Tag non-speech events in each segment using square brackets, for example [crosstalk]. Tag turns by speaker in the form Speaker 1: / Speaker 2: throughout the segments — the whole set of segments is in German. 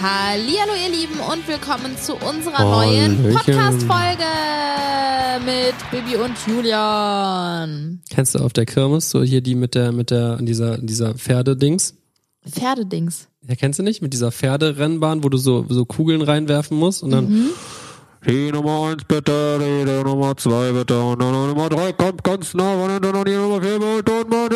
Speaker 1: Hallihallo ihr Lieben und willkommen zu unserer neuen
Speaker 2: Hallöchen.
Speaker 1: Podcast-Folge mit Bibi und Julian.
Speaker 2: Kennst du auf der Kirmes so hier die mit der mit der an dieser an dieser Pferdedings?
Speaker 1: Pferdedings.
Speaker 2: Ja, kennst du nicht mit dieser Pferderennbahn, wo du so so Kugeln reinwerfen musst und dann
Speaker 1: Mhm.
Speaker 2: die Nummer eins bitte, die, die Nummer zwei bitte und dann die Nummer drei kommt ganz nah und dann noch die Nummer vier und dann mal-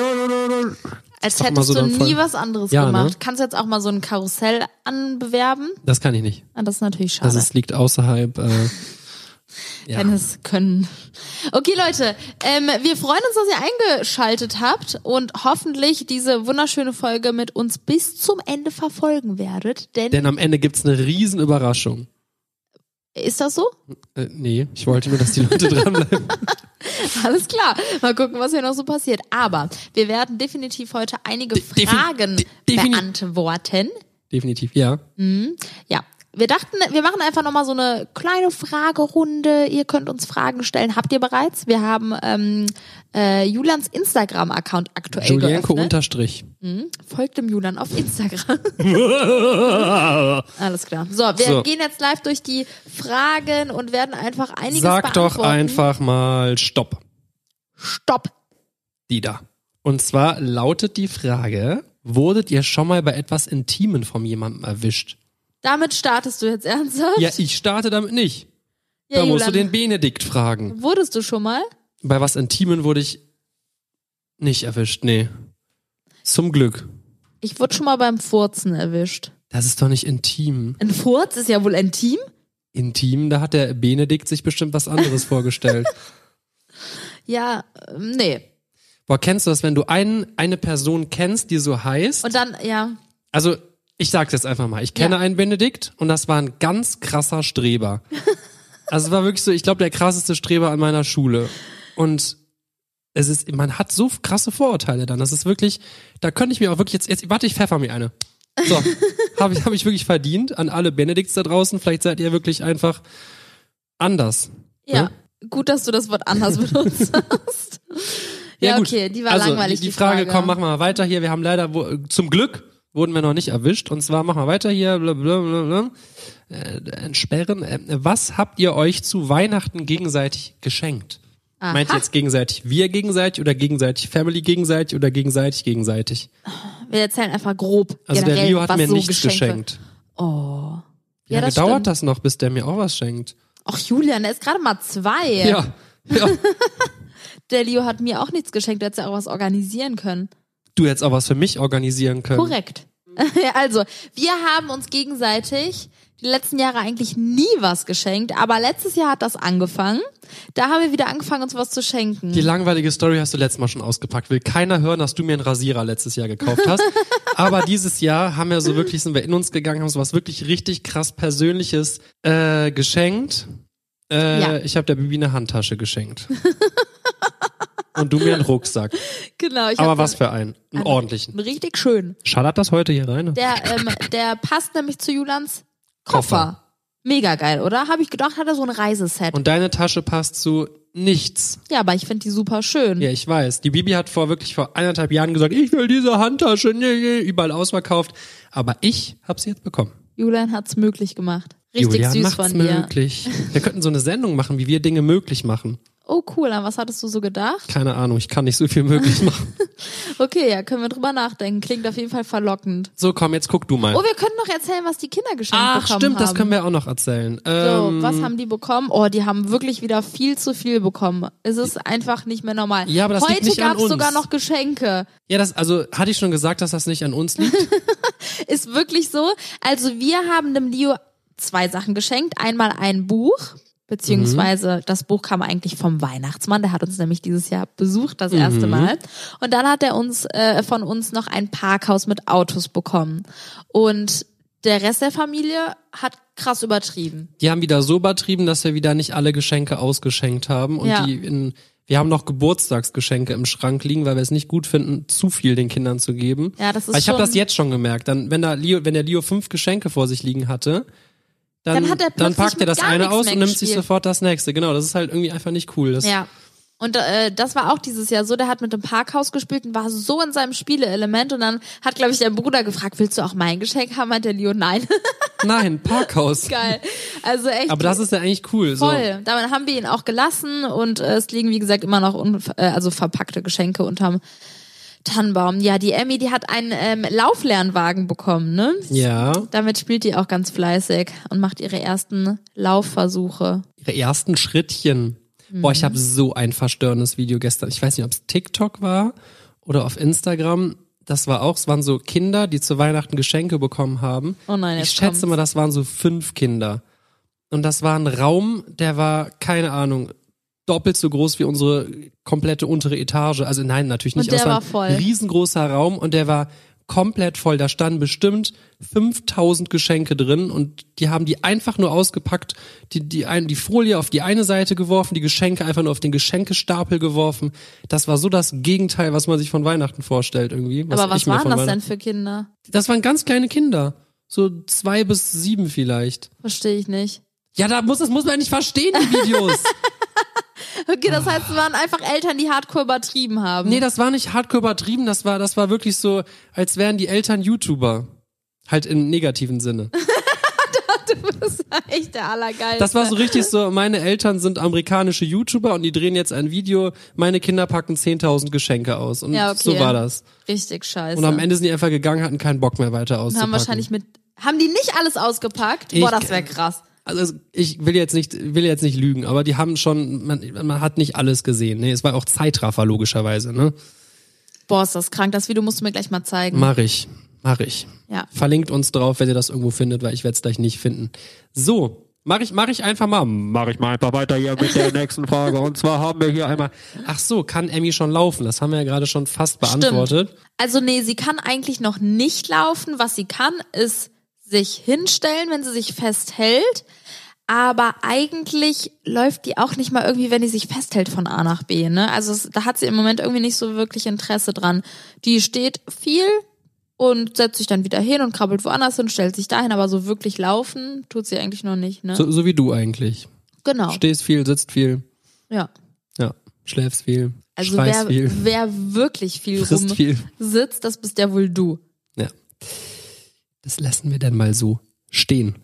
Speaker 1: Als
Speaker 2: Sag mal
Speaker 1: hättest
Speaker 2: so
Speaker 1: du
Speaker 2: dann voll-
Speaker 1: nie was anderes
Speaker 2: Ja,
Speaker 1: gemacht.
Speaker 2: ne?
Speaker 1: Kannst jetzt auch mal so ein Karussell anbewerben?
Speaker 2: Das kann ich nicht.
Speaker 1: Ah, Das ist natürlich schade.
Speaker 2: Also es liegt außerhalb
Speaker 1: [laughs]
Speaker 2: äh, ja.
Speaker 1: Dennis können. Okay, Leute, ähm, wir freuen uns, dass ihr eingeschaltet habt und hoffentlich diese wunderschöne Folge mit uns bis zum Ende verfolgen werdet. Denn,
Speaker 2: Denn am Ende gibt's eine riesen Überraschung.
Speaker 1: ist das so?
Speaker 2: Äh, nee, ich wollte nur, dass die Leute [laughs] dranbleiben.
Speaker 1: [laughs] Alles klar. Mal gucken, was hier noch so passiert. Aber wir werden definitiv heute einige
Speaker 2: defini-
Speaker 1: Fragen
Speaker 2: de- defini-
Speaker 1: beantworten.
Speaker 2: Definitiv, ja.
Speaker 1: Ja. Wir dachten, wir machen einfach nochmal so eine kleine Fragerunde. Ihr könnt uns Fragen stellen. Habt ihr bereits? Wir haben ähm, äh, Julans Instagram-Account aktuell
Speaker 2: Julienko
Speaker 1: geöffnet.
Speaker 2: unterstrich.
Speaker 1: Folgt dem Julan auf
Speaker 2: [laughs]
Speaker 1: Instagram. [laughs] Alles klar. So, wir
Speaker 2: So.
Speaker 1: gehen jetzt live durch die Fragen und werden einfach einiges
Speaker 2: Sag doch
Speaker 1: beantworten.
Speaker 2: einfach mal Stopp.
Speaker 1: Stopp.
Speaker 2: die da. Und zwar lautet die Frage, wurdet ihr schon mal bei etwas Intimen von jemandem erwischt?
Speaker 1: Damit startest du jetzt ernsthaft?
Speaker 2: Ja, ich starte damit nicht.
Speaker 1: Ja,
Speaker 2: da musst du
Speaker 1: Julian.
Speaker 2: den Benedikt fragen.
Speaker 1: Wurdest du schon mal?
Speaker 2: Bei was Intimen wurde ich nicht erwischt, nee. Zum Glück.
Speaker 1: Ich wurde schon mal beim Furzen erwischt.
Speaker 2: Das ist doch nicht intim.
Speaker 1: Ein Furz ist ja wohl intim?
Speaker 2: Intim, da hat der Benedikt sich bestimmt was anderes vorgestellt.
Speaker 1: Ja, ähm, nee.
Speaker 2: Boah, kennst du das, wenn du einen, eine Person kennst, die so heißt?
Speaker 1: Und dann, ja.
Speaker 2: Also, ich sag's jetzt einfach mal. Ich kenne
Speaker 1: Ja.
Speaker 2: einen Benedikt und das war ein ganz krasser Streber. Also es war wirklich so, ich glaube, der krasseste Streber an meiner Schule. Und es ist, man hat so krasse Vorurteile dann. Das ist wirklich, da könnte ich mir auch wirklich jetzt, jetzt warte, ich pfeffer mir eine. So, habe ich, hab ich wirklich verdient an alle Benedikts da draußen. Vielleicht seid ihr wirklich einfach anders.
Speaker 1: Ja.
Speaker 2: Ja?
Speaker 1: Gut, dass du das Wort anders benutzt hast. Ja, okay, die war
Speaker 2: also,
Speaker 1: langweilig,
Speaker 2: Die,
Speaker 1: die
Speaker 2: die Frage,
Speaker 1: Frage.
Speaker 2: komm, machen wir mal weiter hier. Wir haben leider, wo, äh, zum Glück wurden wir noch nicht erwischt. Und zwar machen wir weiter hier. Blablabla. Äh, entsperren. Äh, was habt ihr euch zu Weihnachten gegenseitig geschenkt?
Speaker 1: Aha.
Speaker 2: Meint ihr jetzt gegenseitig wir gegenseitig oder gegenseitig Family gegenseitig oder gegenseitig gegenseitig?
Speaker 1: [laughs] Wir erzählen einfach grob.
Speaker 2: Also
Speaker 1: generell,
Speaker 2: der Rio hat
Speaker 1: was
Speaker 2: mir
Speaker 1: so
Speaker 2: nichts
Speaker 1: Geschenke-
Speaker 2: geschenkt.
Speaker 1: Oh.
Speaker 2: Ja,
Speaker 1: Ja, das
Speaker 2: gedauert
Speaker 1: stimmt.
Speaker 2: das noch, bis der mir auch was schenkt.
Speaker 1: Ach, Julian, der ist gerade mal zwei.
Speaker 2: Ja. ja.
Speaker 1: Der Leo hat mir auch nichts geschenkt, der hätte ja auch was organisieren können.
Speaker 2: Du hättest auch was für mich organisieren können.
Speaker 1: Korrekt. [laughs] Also, wir haben uns gegenseitig die letzten Jahre eigentlich nie was geschenkt, aber letztes Jahr hat das angefangen. Da haben wir wieder angefangen, uns was zu schenken.
Speaker 2: Die langweilige Story hast du letztes Mal schon ausgepackt. Will keiner hören, dass du mir einen Rasierer letztes Jahr gekauft
Speaker 1: [laughs]
Speaker 2: hast. Aber dieses Jahr haben wir so wirklich, sind wir in uns gegangen, haben so was wirklich richtig krass Persönliches äh, geschenkt. Äh,
Speaker 1: Ja.
Speaker 2: Ich habe der Bibi eine
Speaker 1: [laughs]
Speaker 2: Handtasche geschenkt. Und du mir einen Rucksack.
Speaker 1: Genau. Ich
Speaker 2: Aber
Speaker 1: hab
Speaker 2: was
Speaker 1: so
Speaker 2: für einen? Einen ordentlichen.
Speaker 1: einen Richtig schön.
Speaker 2: Schallert das heute hier rein? ne?
Speaker 1: Der, ähm, der passt nämlich zu Julans Koffer.
Speaker 2: Koffer.
Speaker 1: Mega geil, oder? Habe ich gedacht, hat er so ein Reiseset.
Speaker 2: Und deine Tasche passt zu nichts.
Speaker 1: ja, aber ich finde die super schön.
Speaker 2: Ja, ich weiß. Die Bibi hat vor wirklich vor eineinhalb Jahren gesagt, ich will diese Handtasche, nee, nee, überall ausverkauft. Aber ich habe sie jetzt bekommen.
Speaker 1: Julian hat's möglich gemacht. Richtig
Speaker 2: Julian
Speaker 1: süß
Speaker 2: macht's
Speaker 1: von dir.
Speaker 2: möglich. Wir könnten so eine Sendung machen, wie wir Dinge möglich machen.
Speaker 1: Oh cool, an was hattest du so gedacht?
Speaker 2: Keine Ahnung, ich kann nicht so
Speaker 1: [laughs]
Speaker 2: viel möglich machen.
Speaker 1: Okay, ja, können wir drüber nachdenken. Klingt auf jeden Fall verlockend.
Speaker 2: So, komm, jetzt guck du mal.
Speaker 1: Oh, wir können noch erzählen, was die Kinder geschenkt
Speaker 2: Ach,
Speaker 1: bekommen
Speaker 2: stimmt,
Speaker 1: haben.
Speaker 2: das können wir auch noch erzählen. Ähm,
Speaker 1: So, was haben die bekommen? Oh, die haben wirklich wieder viel zu viel bekommen. Es ist einfach nicht mehr normal.
Speaker 2: Ja, aber das
Speaker 1: Heute
Speaker 2: liegt nicht an
Speaker 1: gab's
Speaker 2: uns.
Speaker 1: sogar noch Geschenke.
Speaker 2: ja, das, also, hatte ich schon gesagt, dass das nicht an uns liegt?
Speaker 1: Ist wirklich so. Also wir haben dem Leo zwei Sachen geschenkt. Einmal ein Buch, beziehungsweise
Speaker 2: Mhm.
Speaker 1: das Buch kam eigentlich vom Weihnachtsmann. Der hat uns nämlich dieses Jahr besucht, das erste
Speaker 2: Mhm.
Speaker 1: Mal. Und dann hat er uns äh, von uns noch ein Parkhaus mit Autos bekommen. Und der Rest der Familie hat krass übertrieben.
Speaker 2: Die haben wieder so übertrieben, dass wir wieder nicht alle Geschenke ausgeschenkt haben. Und
Speaker 1: Ja.
Speaker 2: die in, wir haben noch Geburtstagsgeschenke im Schrank liegen, weil wir es nicht gut finden, zu viel den Kindern zu geben.
Speaker 1: Ja, das ist
Speaker 2: Aber ich habe
Speaker 1: schon-
Speaker 2: das jetzt schon gemerkt. Dann, wenn, da Leo, wenn der Leo fünf Geschenke vor sich liegen hatte, dann,
Speaker 1: Dann hat er
Speaker 2: dann
Speaker 1: plötzlich
Speaker 2: packt
Speaker 1: mit
Speaker 2: er das
Speaker 1: gar
Speaker 2: eine
Speaker 1: nichts
Speaker 2: aus
Speaker 1: mehr
Speaker 2: und nimmt sich
Speaker 1: gespielt.
Speaker 2: sofort das nächste. Genau, das ist halt irgendwie einfach nicht cool. Das,
Speaker 1: Ja. Und äh, das war auch dieses Jahr so, der hat mit dem Parkhaus gespielt und war so in seinem Spieleelement und dann hat, glaube ich, der Bruder gefragt, willst du auch mein Geschenk haben? Hat der Leo, nein.
Speaker 2: [laughs]
Speaker 1: [laughs]
Speaker 2: Nein, Parkhaus.
Speaker 1: Geil. Also echt.
Speaker 2: Aber das ist ja eigentlich cool. So.
Speaker 1: Voll. Damit haben wir ihn auch gelassen und äh, es liegen, wie gesagt, immer noch un äh, also verpackte Geschenke unterm Tannenbaum. Ja, die Emmy, die hat einen ähm, Lauflernwagen bekommen, ne?
Speaker 2: Ja.
Speaker 1: Damit spielt die auch ganz fleißig und macht ihre ersten Laufversuche.
Speaker 2: Ihre ersten Schrittchen. Boah,
Speaker 1: Mhm.
Speaker 2: ich habe so ein verstörendes Video gestern. Ich weiß nicht, ob es TikTok war oder auf Instagram. Das war auch, es waren so Kinder, die zu Weihnachten Geschenke bekommen haben.
Speaker 1: Oh nein,
Speaker 2: ich
Speaker 1: jetzt
Speaker 2: schätze
Speaker 1: kommt's.
Speaker 2: mal, das waren so fünf Kinder. Und das war ein Raum, der war, keine Ahnung, doppelt so groß wie unsere komplette untere Etage. Also nein, natürlich nicht.
Speaker 1: Und der
Speaker 2: aber
Speaker 1: war
Speaker 2: es
Speaker 1: voll.
Speaker 2: Ein riesengroßer Raum und der war komplett voll. Da standen bestimmt 5000 Geschenke drin und die haben die einfach nur ausgepackt, die, die, ein, die Folie auf die eine Seite geworfen, die Geschenke einfach nur auf den Geschenkestapel geworfen. Das war so das Gegenteil, was man sich von Weihnachten vorstellt irgendwie.
Speaker 1: Aber was
Speaker 2: ich mir
Speaker 1: waren
Speaker 2: von
Speaker 1: das
Speaker 2: Weihnachten-
Speaker 1: denn für Kinder?
Speaker 2: das waren ganz kleine Kinder. So zwei bis sieben vielleicht.
Speaker 1: Verstehe ich nicht.
Speaker 2: Ja, da muss, das muss man nicht verstehen, die
Speaker 1: [laughs]
Speaker 2: Videos.
Speaker 1: Okay, das
Speaker 2: Ah.
Speaker 1: heißt, es waren einfach Eltern, die hardcore übertrieben haben.
Speaker 2: nee, das war nicht hardcore übertrieben, das war, das war wirklich so, als wären die Eltern YouTuber. Halt im negativen Sinne.
Speaker 1: das war echt der Allergeilste.
Speaker 2: Das war so richtig so, meine Eltern sind amerikanische YouTuber und die drehen jetzt ein Video, meine Kinder packen 10.000 Geschenke aus. Und
Speaker 1: Ja, okay.
Speaker 2: so war das.
Speaker 1: richtig scheiße.
Speaker 2: Und am Ende sind die einfach gegangen, hatten keinen Bock mehr weiter
Speaker 1: Und haben
Speaker 2: auszupacken.
Speaker 1: wahrscheinlich mit. Haben die nicht alles ausgepackt?
Speaker 2: Ich-
Speaker 1: Boah, das wäre krass.
Speaker 2: also ich will jetzt nicht will jetzt nicht lügen, aber die haben schon man, man hat nicht alles gesehen, ne? Es war auch Zeitraffer logischerweise, ne?
Speaker 1: Boah, ist das krank. Das Video musst du mir gleich mal zeigen.
Speaker 2: Mach ich. Mach ich.
Speaker 1: Ja.
Speaker 2: Verlinkt uns drauf, wenn ihr das irgendwo findet, weil ich werde es gleich nicht finden. So, mach ich, mach ich einfach mal. Mach ich mal einfach weiter hier
Speaker 1: [laughs]
Speaker 2: mit der nächsten Frage. Und zwar haben wir hier einmal. Ach so, kann Emmy schon laufen? Das haben wir ja gerade schon fast beantwortet.
Speaker 1: Also nee, sie kann eigentlich noch nicht laufen. Was sie kann, ist sich hinstellen, wenn sie sich festhält. Aber eigentlich läuft die auch nicht mal irgendwie, wenn die sich festhält von A nach B. Ne? Also es, da hat sie im Moment irgendwie nicht so wirklich Interesse dran. Die steht viel und setzt sich dann wieder hin und krabbelt woanders hin, stellt sich dahin, aber so wirklich laufen tut sie eigentlich noch nicht. Ne?
Speaker 2: So, so wie du eigentlich.
Speaker 1: genau.
Speaker 2: Stehst viel, sitzt viel,
Speaker 1: Ja.
Speaker 2: ja, schläfst viel,
Speaker 1: Also
Speaker 2: schreist
Speaker 1: wer,
Speaker 2: viel,
Speaker 1: wer wirklich viel
Speaker 2: frisst viel.
Speaker 1: rumsitzt, das bist ja wohl du.
Speaker 2: Ja. Das lassen wir dann mal so stehen.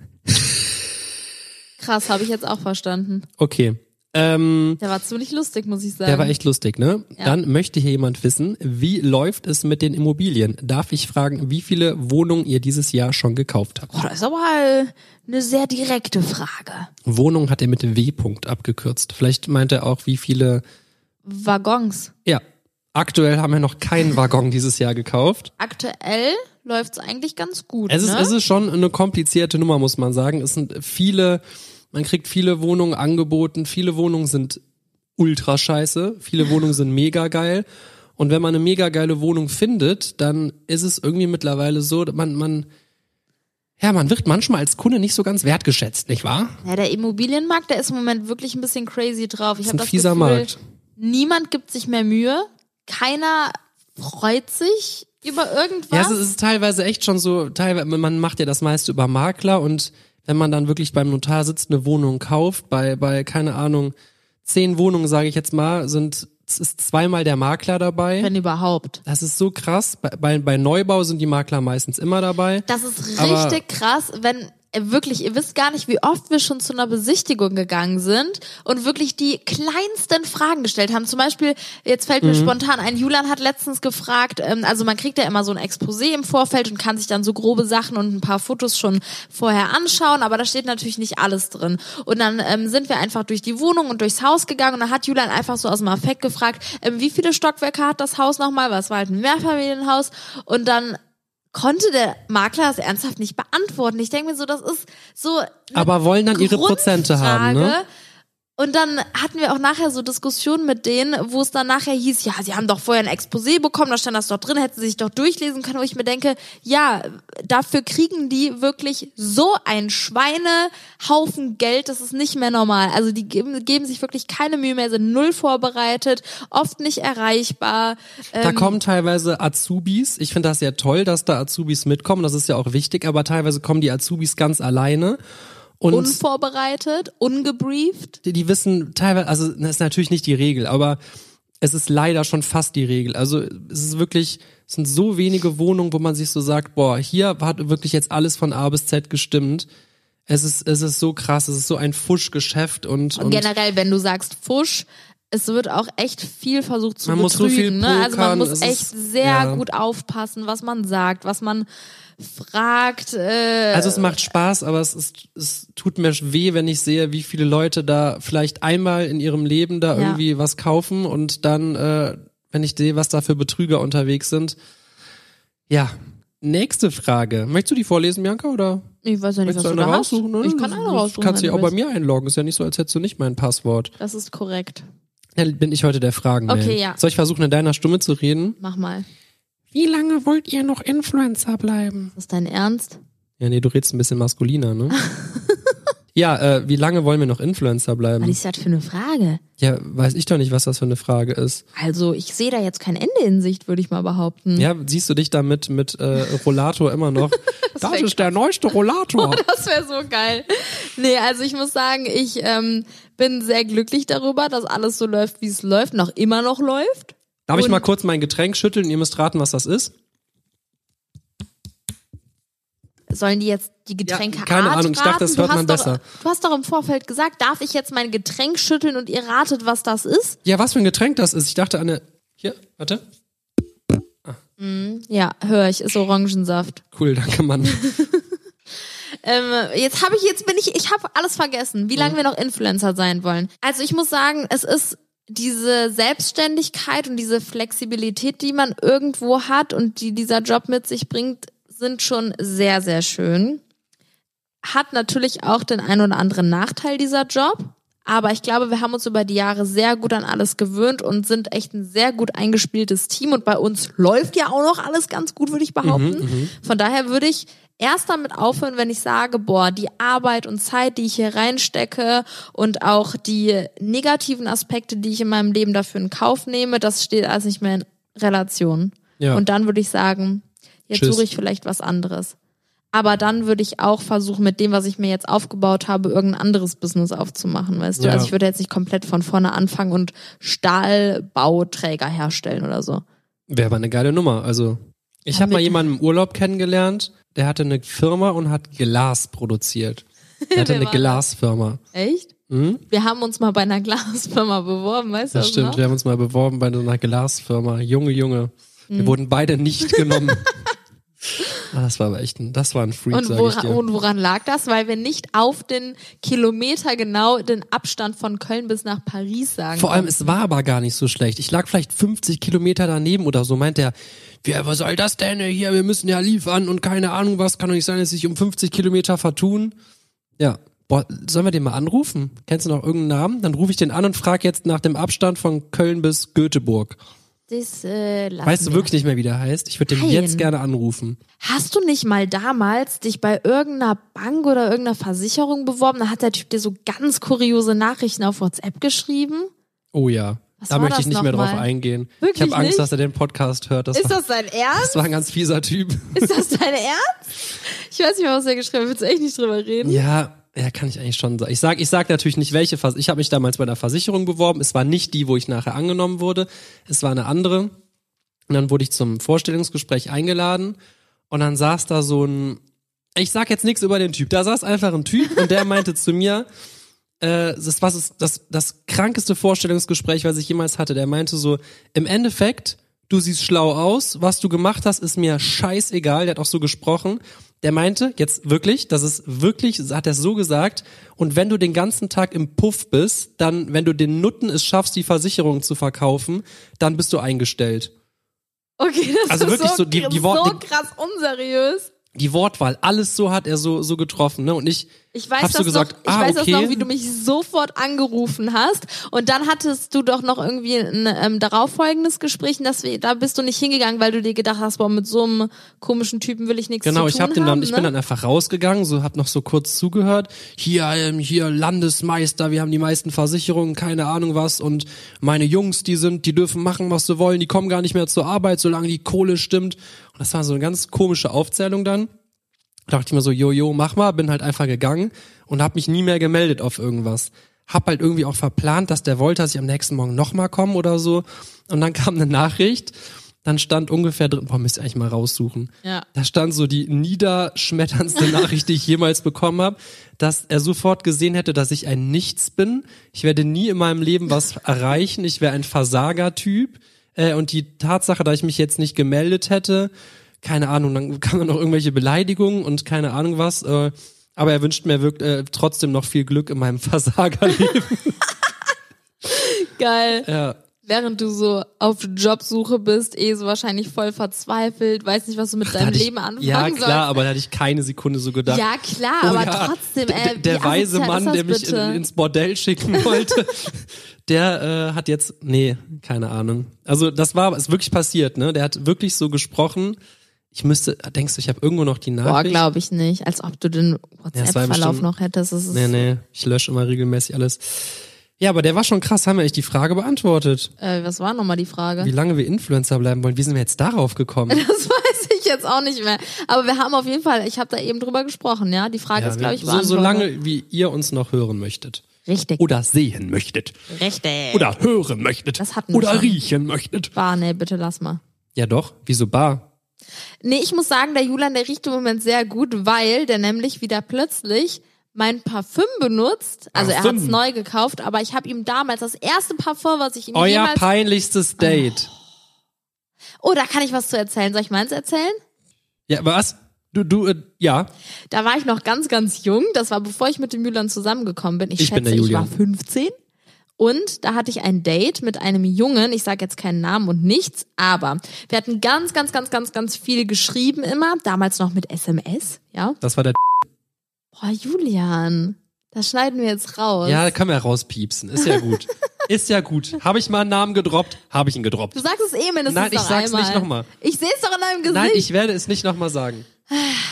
Speaker 1: Krass, habe ich jetzt auch verstanden.
Speaker 2: Okay. Ähm,
Speaker 1: Der war ziemlich lustig, muss ich sagen.
Speaker 2: der war echt lustig, ne?
Speaker 1: Ähm, Ja.
Speaker 2: Dann möchte hier jemand wissen, wie läuft es mit den Immobilien? Darf ich fragen, wie viele Wohnungen ihr dieses Jahr schon gekauft habt?
Speaker 1: Boah, das ist aber äh, eine sehr direkte Frage.
Speaker 2: Wohnung hat er mit W-Punkt abgekürzt. Vielleicht meint er auch, wie viele.
Speaker 1: Waggons.
Speaker 2: Ja, aktuell haben wir noch keinen Waggon dieses Jahr gekauft.
Speaker 1: Aktuell läuft's eigentlich ganz gut.
Speaker 2: Es ist,
Speaker 1: ne?
Speaker 2: es ist schon eine komplizierte Nummer, muss man sagen. Es sind viele, man kriegt viele Wohnungen angeboten, viele Wohnungen sind ultra scheiße,
Speaker 1: [laughs]
Speaker 2: viele Wohnungen sind mega geil. Und wenn man eine mega geile Wohnung findet, dann ist es irgendwie mittlerweile so, dass man, man, ja, man wird manchmal als Kunde nicht so ganz wertgeschätzt, nicht wahr?
Speaker 1: ja, der Immobilienmarkt, der ist im Moment wirklich ein bisschen crazy drauf. Ich
Speaker 2: Das ist
Speaker 1: habe
Speaker 2: ein
Speaker 1: das
Speaker 2: fieser
Speaker 1: Gefühl,
Speaker 2: Markt.
Speaker 1: niemand gibt sich mehr Mühe. Keiner freut sich über
Speaker 2: Ja,
Speaker 1: irgendwas.
Speaker 2: es ist, es ist teilweise echt schon so, teilweise, man macht ja das meiste über Makler und wenn man dann wirklich beim Notar sitzt, eine Wohnung kauft, bei, bei, keine Ahnung, zehn Wohnungen, sage ich jetzt mal, sind, es ist zweimal der Makler dabei.
Speaker 1: wenn überhaupt.
Speaker 2: Das ist so krass. Bei, bei, bei Neubau sind die Makler meistens immer dabei.
Speaker 1: Das ist
Speaker 2: Aber-
Speaker 1: richtig krass, wenn äh, wirklich, ihr wisst gar nicht, wie oft wir schon zu einer Besichtigung gegangen sind und wirklich die kleinsten Fragen gestellt haben. Zum Beispiel, jetzt fällt mir spontan ein, Julian hat letztens gefragt, ähm, also man kriegt ja immer so ein Exposé im Vorfeld und kann sich dann so grobe Sachen und ein paar Fotos schon vorher anschauen, aber da steht natürlich nicht alles drin. Und dann ähm, sind wir einfach durch die Wohnung und durchs Haus gegangen und dann hat Julian einfach so aus dem Affekt gefragt, ähm, wie viele Stockwerke hat das Haus nochmal, weil es war halt ein Mehrfamilienhaus und dann konnte der Makler das ernsthaft nicht beantworten. Ich denke mir so, das ist so eine
Speaker 2: Aber wollen dann Ah, ihre Prozente haben, ne?
Speaker 1: Grundfrage. Und dann hatten wir auch nachher so Diskussionen mit denen, wo es dann nachher hieß, ja, sie haben doch vorher ein Exposé bekommen, da stand das doch drin, hätten sie sich doch durchlesen können, wo ich mir denke, ja, dafür kriegen die wirklich so einen Schweinehaufen Geld, das ist nicht mehr normal. Also die geben, geben sich wirklich keine Mühe mehr, sind null vorbereitet, oft nicht erreichbar. ähm,
Speaker 2: Da kommen teilweise Azubis. Ich finde das ja toll, dass da Azubis mitkommen. Das ist ja auch wichtig. Aber teilweise kommen die Azubis ganz alleine. Und
Speaker 1: unvorbereitet, ungebrieft.
Speaker 2: die, die wissen teilweise, also das ist natürlich nicht die Regel, aber es ist leider schon fast die Regel. Also es ist wirklich, es sind so wenige Wohnungen, wo man sich so sagt, boah, hier hat wirklich jetzt alles von A bis Z gestimmt. Es ist, es ist so krass, es ist so ein Fuschgeschäft und,
Speaker 1: Und, generell, wenn du sagst Fusch, es wird auch echt viel versucht zu
Speaker 2: Man muss so
Speaker 1: betrügen.
Speaker 2: viel
Speaker 1: ne? Also man
Speaker 2: pokern,
Speaker 1: muss
Speaker 2: es
Speaker 1: echt
Speaker 2: ist-
Speaker 1: sehr
Speaker 2: ja.
Speaker 1: gut aufpassen, was man sagt, was man fragt. Äh,
Speaker 2: Also es macht Spaß, aber es, ist, es tut mir weh, wenn ich sehe, wie viele Leute da vielleicht einmal in ihrem Leben da
Speaker 1: Ja.
Speaker 2: irgendwie was kaufen und dann, äh, wenn ich sehe, was da für Betrüger unterwegs sind. Ja, nächste Frage. Möchtest du die vorlesen, Bianca, oder
Speaker 1: ich weiß ja nicht, was
Speaker 2: möchtest
Speaker 1: du
Speaker 2: eine
Speaker 1: da hast.
Speaker 2: raussuchen? Oder?
Speaker 1: Ich kann eine raussuchen.
Speaker 2: Kannst dich
Speaker 1: wenn
Speaker 2: auch
Speaker 1: du
Speaker 2: bei
Speaker 1: willst.
Speaker 2: mir einloggen. Ist ja nicht so, als hättest du nicht mein Passwort.
Speaker 1: Das ist korrekt.
Speaker 2: Ja, bin ich heute der Fragen.
Speaker 1: Okay, ja.
Speaker 2: Soll ich versuchen, in deiner Stimme zu reden?
Speaker 1: Mach mal.
Speaker 2: Wie lange wollt ihr noch Influencer bleiben?
Speaker 1: Ist das dein Ernst?
Speaker 2: Ja, nee, du redest ein bisschen maskuliner,
Speaker 1: [laughs]
Speaker 2: ne? ja, äh, wie lange wollen wir noch Influencer
Speaker 1: Was
Speaker 2: bleiben?
Speaker 1: ist das für eine Frage?
Speaker 2: Ja, weiß ich doch nicht, was das für eine Frage ist.
Speaker 1: Also, ich sehe da jetzt kein Ende in Sicht, würde ich mal behaupten.
Speaker 2: Ja, siehst du dich damit mit äh, Rollator
Speaker 1: [laughs]
Speaker 2: immer noch? das
Speaker 1: wär
Speaker 2: ist der
Speaker 1: [laughs]
Speaker 2: neueste Rollator.
Speaker 1: Das wäre so geil. Nee, also ich muss sagen, ich ähm, bin sehr glücklich darüber, dass alles so läuft, wie es läuft, noch immer noch läuft.
Speaker 2: Darf ich
Speaker 1: Und-
Speaker 2: mal kurz mein Getränk schütteln? Ihr müsst raten, was das ist.
Speaker 1: Sollen die jetzt die Getränke
Speaker 2: Ja, keine
Speaker 1: Art
Speaker 2: Ahnung, ich dachte,
Speaker 1: raten?
Speaker 2: das
Speaker 1: Du
Speaker 2: hört
Speaker 1: hast
Speaker 2: man
Speaker 1: doch,
Speaker 2: besser.
Speaker 1: Du hast doch im Vorfeld gesagt, darf ich jetzt mein Getränk schütteln und ihr ratet, was das ist?
Speaker 2: Ja, was für ein Getränk das ist. Ich dachte an eine. Hier, warte.
Speaker 1: Ja, höre ich, ist Orangensaft.
Speaker 2: Cool,
Speaker 1: [laughs]
Speaker 2: danke, Mann.
Speaker 1: Ähm, jetzt habe ich, jetzt bin ich, ich habe alles vergessen, wie lange wir noch Influencer sein wollen. Also ich muss sagen, es ist diese Selbstständigkeit und diese Flexibilität, die man irgendwo hat und die dieser Job mit sich bringt, sind schon sehr, sehr schön. Hat natürlich auch den einen oder anderen Nachteil dieser Job. Aber ich glaube, wir haben uns über die Jahre sehr gut an alles gewöhnt und sind echt ein sehr gut eingespieltes Team. Und bei uns läuft ja auch noch alles ganz gut, würde ich
Speaker 2: Mhm,
Speaker 1: behaupten. Von daher würde ich erst damit aufhören, wenn ich sage, boah, die Arbeit und Zeit, die ich hier reinstecke und auch die negativen Aspekte, die ich in meinem Leben dafür in Kauf nehme, das steht alles nicht mehr in Relation.
Speaker 2: Ja.
Speaker 1: Und dann würde ich sagen, jetzt
Speaker 2: Tschüss.
Speaker 1: suche ich vielleicht was anderes. Aber dann würde ich auch versuchen, mit dem, was ich mir jetzt aufgebaut habe, irgendein anderes Business aufzumachen, weißt du?
Speaker 2: Ja.
Speaker 1: Also ich würde jetzt nicht komplett von vorne anfangen und Stahlbauträger herstellen oder so.
Speaker 2: Wäre aber eine geile Nummer. Also, ich habe mal
Speaker 1: Damit-
Speaker 2: jemanden im Urlaub kennengelernt, der hatte eine Firma und hat
Speaker 1: [laughs]
Speaker 2: Glas produziert. Der hatte
Speaker 1: Wer
Speaker 2: eine
Speaker 1: war das?
Speaker 2: Glasfirma.
Speaker 1: Echt?
Speaker 2: Hm?
Speaker 1: Wir haben uns mal bei einer [laughs] Glasfirma beworben, weißt du?
Speaker 2: Das
Speaker 1: das
Speaker 2: stimmt.
Speaker 1: noch?
Speaker 2: Wir haben uns mal beworben bei so einer Glasfirma. Junge, Junge.
Speaker 1: Mhm.
Speaker 2: Wir wurden beide
Speaker 1: [laughs]
Speaker 2: nicht genommen. ah, das war aber echt ein, das war ein Freak,
Speaker 1: Und oh, woran,
Speaker 2: sag ich dir.
Speaker 1: und woran lag das? Weil wir nicht auf den Kilometer genau den Abstand von Köln bis nach Paris sagen.
Speaker 2: Vor allem,
Speaker 1: konnten.
Speaker 2: es war aber gar nicht so schlecht. Ich lag vielleicht 50 Kilometer daneben oder so, meint er, "Wer- was soll das denn hier? Wir müssen ja liefern und keine Ahnung was, kann doch nicht sein, dass sich um 50 Kilometer vertun. Ja. Boah, sollen wir den mal anrufen? Kennst du noch irgendeinen Namen? Dann rufe ich den an und frage jetzt nach dem Abstand von Köln bis Göteborg.
Speaker 1: das, äh, lassen
Speaker 2: Weißt du
Speaker 1: wir.
Speaker 2: wirklich nicht mehr, wie der heißt? Ich würde den
Speaker 1: Nein.
Speaker 2: jetzt gerne anrufen.
Speaker 1: Hast du nicht mal damals dich bei irgendeiner Bank oder irgendeiner Versicherung beworben? Da hat der Typ dir so ganz kuriose Nachrichten auf WhatsApp geschrieben.
Speaker 2: Oh ja.
Speaker 1: Was
Speaker 2: da
Speaker 1: war
Speaker 2: möchte ich
Speaker 1: das
Speaker 2: nicht mehr drauf
Speaker 1: nochmal?
Speaker 2: eingehen.
Speaker 1: Wirklich
Speaker 2: ich habe Angst,
Speaker 1: nicht?
Speaker 2: dass er den Podcast hört. Das,
Speaker 1: Ist
Speaker 2: war,
Speaker 1: das dein Ernst?
Speaker 2: [laughs] das war ein ganz fieser Typ.
Speaker 1: [laughs] Ist das dein Ernst? Ich weiß nicht mehr, was er geschrieben hat. Willst du echt nicht drüber reden?
Speaker 2: Ja, ja, kann ich eigentlich schon sagen. Ich sag, ich sag natürlich nicht, welche Vers Ich habe mich damals bei einer Versicherung beworben. Es war nicht die, wo ich nachher angenommen wurde. Es war eine andere. Und dann wurde ich zum Vorstellungsgespräch eingeladen. Und dann saß da so ein. Ich sag jetzt nichts über den Typ. Da saß einfach ein Typ und der meinte zu mir, äh, das war das, das, das krankeste Vorstellungsgespräch, was ich jemals hatte. Der meinte so, im Endeffekt, du siehst schlau aus, was du gemacht hast, ist mir scheißegal. Der hat auch so gesprochen. Der meinte, jetzt wirklich, das ist wirklich, hat er so gesagt, und wenn du den ganzen Tag im Puff bist, dann, wenn du den Nutten es schaffst, die Versicherung zu verkaufen, dann bist du eingestellt.
Speaker 1: Okay, das
Speaker 2: Also
Speaker 1: ist
Speaker 2: wirklich
Speaker 1: so,
Speaker 2: so die-
Speaker 1: kr-
Speaker 2: die Worte-
Speaker 1: so krass unseriös.
Speaker 2: Die Wortwahl, alles so hat er so, so getroffen, ne? Und ich,
Speaker 1: Ich weiß,
Speaker 2: Hast du
Speaker 1: das
Speaker 2: gesagt,
Speaker 1: noch, ich
Speaker 2: ah,
Speaker 1: weiß
Speaker 2: okay.
Speaker 1: das noch, wie du mich sofort angerufen hast. Und dann hattest du doch noch irgendwie ein ähm, darauffolgendes Gespräch, und das, wir- da bist du nicht hingegangen, weil du dir gedacht hast, boah, mit so einem komischen Typen will ich nichts
Speaker 2: Genau,
Speaker 1: zu tun
Speaker 2: ich hab den dann,
Speaker 1: haben,
Speaker 2: ich
Speaker 1: ne?
Speaker 2: bin dann einfach rausgegangen, so hab noch so kurz zugehört. Hier, ähm, hier Landesmeister, wir haben die meisten Versicherungen, keine Ahnung was und meine Jungs, die sind, die dürfen machen, was sie wollen, die kommen gar nicht mehr zur Arbeit, solange die Kohle stimmt. Und das war so eine ganz komische Aufzählung dann. Da dachte ich mir so, jo, jo, mach mal, bin halt einfach gegangen und hab mich nie mehr gemeldet auf irgendwas. hab halt irgendwie auch verplant, dass der wollte, dass ich am nächsten Morgen nochmal komme oder so. Und dann kam eine Nachricht, dann stand ungefähr drin, boah, müsst ihr eigentlich mal raussuchen.
Speaker 1: Ja.
Speaker 2: Da stand so die niederschmetterndste
Speaker 1: [laughs]
Speaker 2: Nachricht, die ich jemals bekommen habe, dass er sofort gesehen hätte, dass ich ein Nichts bin. Ich werde nie in meinem
Speaker 1: [laughs]
Speaker 2: Leben was erreichen. Ich wäre ein Versager-Typ. Äh, und die Tatsache, dass ich mich jetzt nicht gemeldet hätte, keine Ahnung, dann kamen noch irgendwelche Beleidigungen und keine Ahnung was. Äh, aber er wünscht mir wirkt, äh, trotzdem noch viel Glück in meinem [laughs] Versagerleben.
Speaker 1: [laughs] Geil.
Speaker 2: ja.
Speaker 1: Während du so auf Jobsuche bist, eh so wahrscheinlich voll verzweifelt, weiß nicht, was du mit
Speaker 2: Da
Speaker 1: deinem
Speaker 2: hatte ich-
Speaker 1: Leben anfangen
Speaker 2: Ja,
Speaker 1: sollst.
Speaker 2: klar, aber da hatte ich keine Sekunde so gedacht.
Speaker 1: Ja, klar,
Speaker 2: Oh
Speaker 1: aber
Speaker 2: ja,
Speaker 1: trotzdem,
Speaker 2: der-
Speaker 1: ey, wie
Speaker 2: der weise
Speaker 1: asozial ist
Speaker 2: Mann,
Speaker 1: das
Speaker 2: der mich in,
Speaker 1: bitte?
Speaker 2: ins Bordell
Speaker 1: [laughs]
Speaker 2: schicken wollte, der äh, hat jetzt, nee, keine Ahnung. Also das war, ist wirklich passiert, ne? Der hat wirklich so gesprochen. Ich müsste, denkst du, ich habe irgendwo noch die
Speaker 1: Boah,
Speaker 2: Nachricht?
Speaker 1: glaube ich nicht. Als ob du den WhatsApp-Verlauf
Speaker 2: bestimmt-
Speaker 1: noch hättest. Das ist
Speaker 2: nee, nee, ich lösche immer regelmäßig alles. Ja, aber der war schon krass, haben wir echt die Frage beantwortet.
Speaker 1: Äh, was war nochmal die Frage?
Speaker 2: Wie lange wir Influencer bleiben wollen, wie sind wir jetzt darauf gekommen?
Speaker 1: Das [laughs] weiß ich jetzt auch nicht mehr. Aber wir haben auf jeden Fall, ich habe da eben drüber gesprochen, ja. Die Frage
Speaker 2: Ja,
Speaker 1: ist,
Speaker 2: wir-
Speaker 1: glaube ich,
Speaker 2: so, so
Speaker 1: beantwortet.
Speaker 2: lange, wie ihr uns noch hören möchtet.
Speaker 1: Richtig.
Speaker 2: Oder sehen möchtet.
Speaker 1: Richtig.
Speaker 2: Oder hören möchtet.
Speaker 1: Äh. Das hatten wir
Speaker 2: oder
Speaker 1: schon.
Speaker 2: riechen möchtet.
Speaker 1: Bar, nee, bitte lass mal.
Speaker 2: Ja doch, wieso Bar?
Speaker 1: Nee, ich muss sagen, der Julian, der riecht im Moment sehr gut, weil der nämlich wieder plötzlich mein Parfüm benutzt. Also er
Speaker 2: Parfüm.
Speaker 1: hat's neu gekauft, aber ich habe ihm damals das erste Parfum, was ich ihm
Speaker 2: Euer
Speaker 1: jemals... Ah.
Speaker 2: peinlichstes Date.
Speaker 1: oh, da kann ich was zu erzählen. Soll ich meins erzählen?
Speaker 2: Ja, was? Du, du, äh, ja.
Speaker 1: Da war ich noch ganz, ganz jung. Das war bevor ich mit dem Julian zusammengekommen bin. Ich,
Speaker 2: Ich bin
Speaker 1: schätze,
Speaker 2: der
Speaker 1: ich war
Speaker 2: Julian.
Speaker 1: 15. Und da hatte ich ein Date mit einem Jungen. Ich sage jetzt keinen Namen und nichts, aber wir hatten ganz, ganz, ganz, ganz, ganz viel geschrieben immer. Damals noch mit SMS, ja.
Speaker 2: Das war der.
Speaker 1: Boah, Julian, das schneiden wir jetzt raus.
Speaker 2: Ja, können wir rauspiepsen. Ist
Speaker 1: [laughs]
Speaker 2: ja gut. Ist ja gut. Habe ich mal einen Namen gedroppt? Habe ich ihn gedroppt.
Speaker 1: Du sagst es eh mindestens
Speaker 2: Nein, ich
Speaker 1: noch
Speaker 2: sag's
Speaker 1: einmal.
Speaker 2: nicht nochmal.
Speaker 1: Ich sehe es doch in deinem Gesicht.
Speaker 2: Nein, ich werde es nicht nochmal sagen.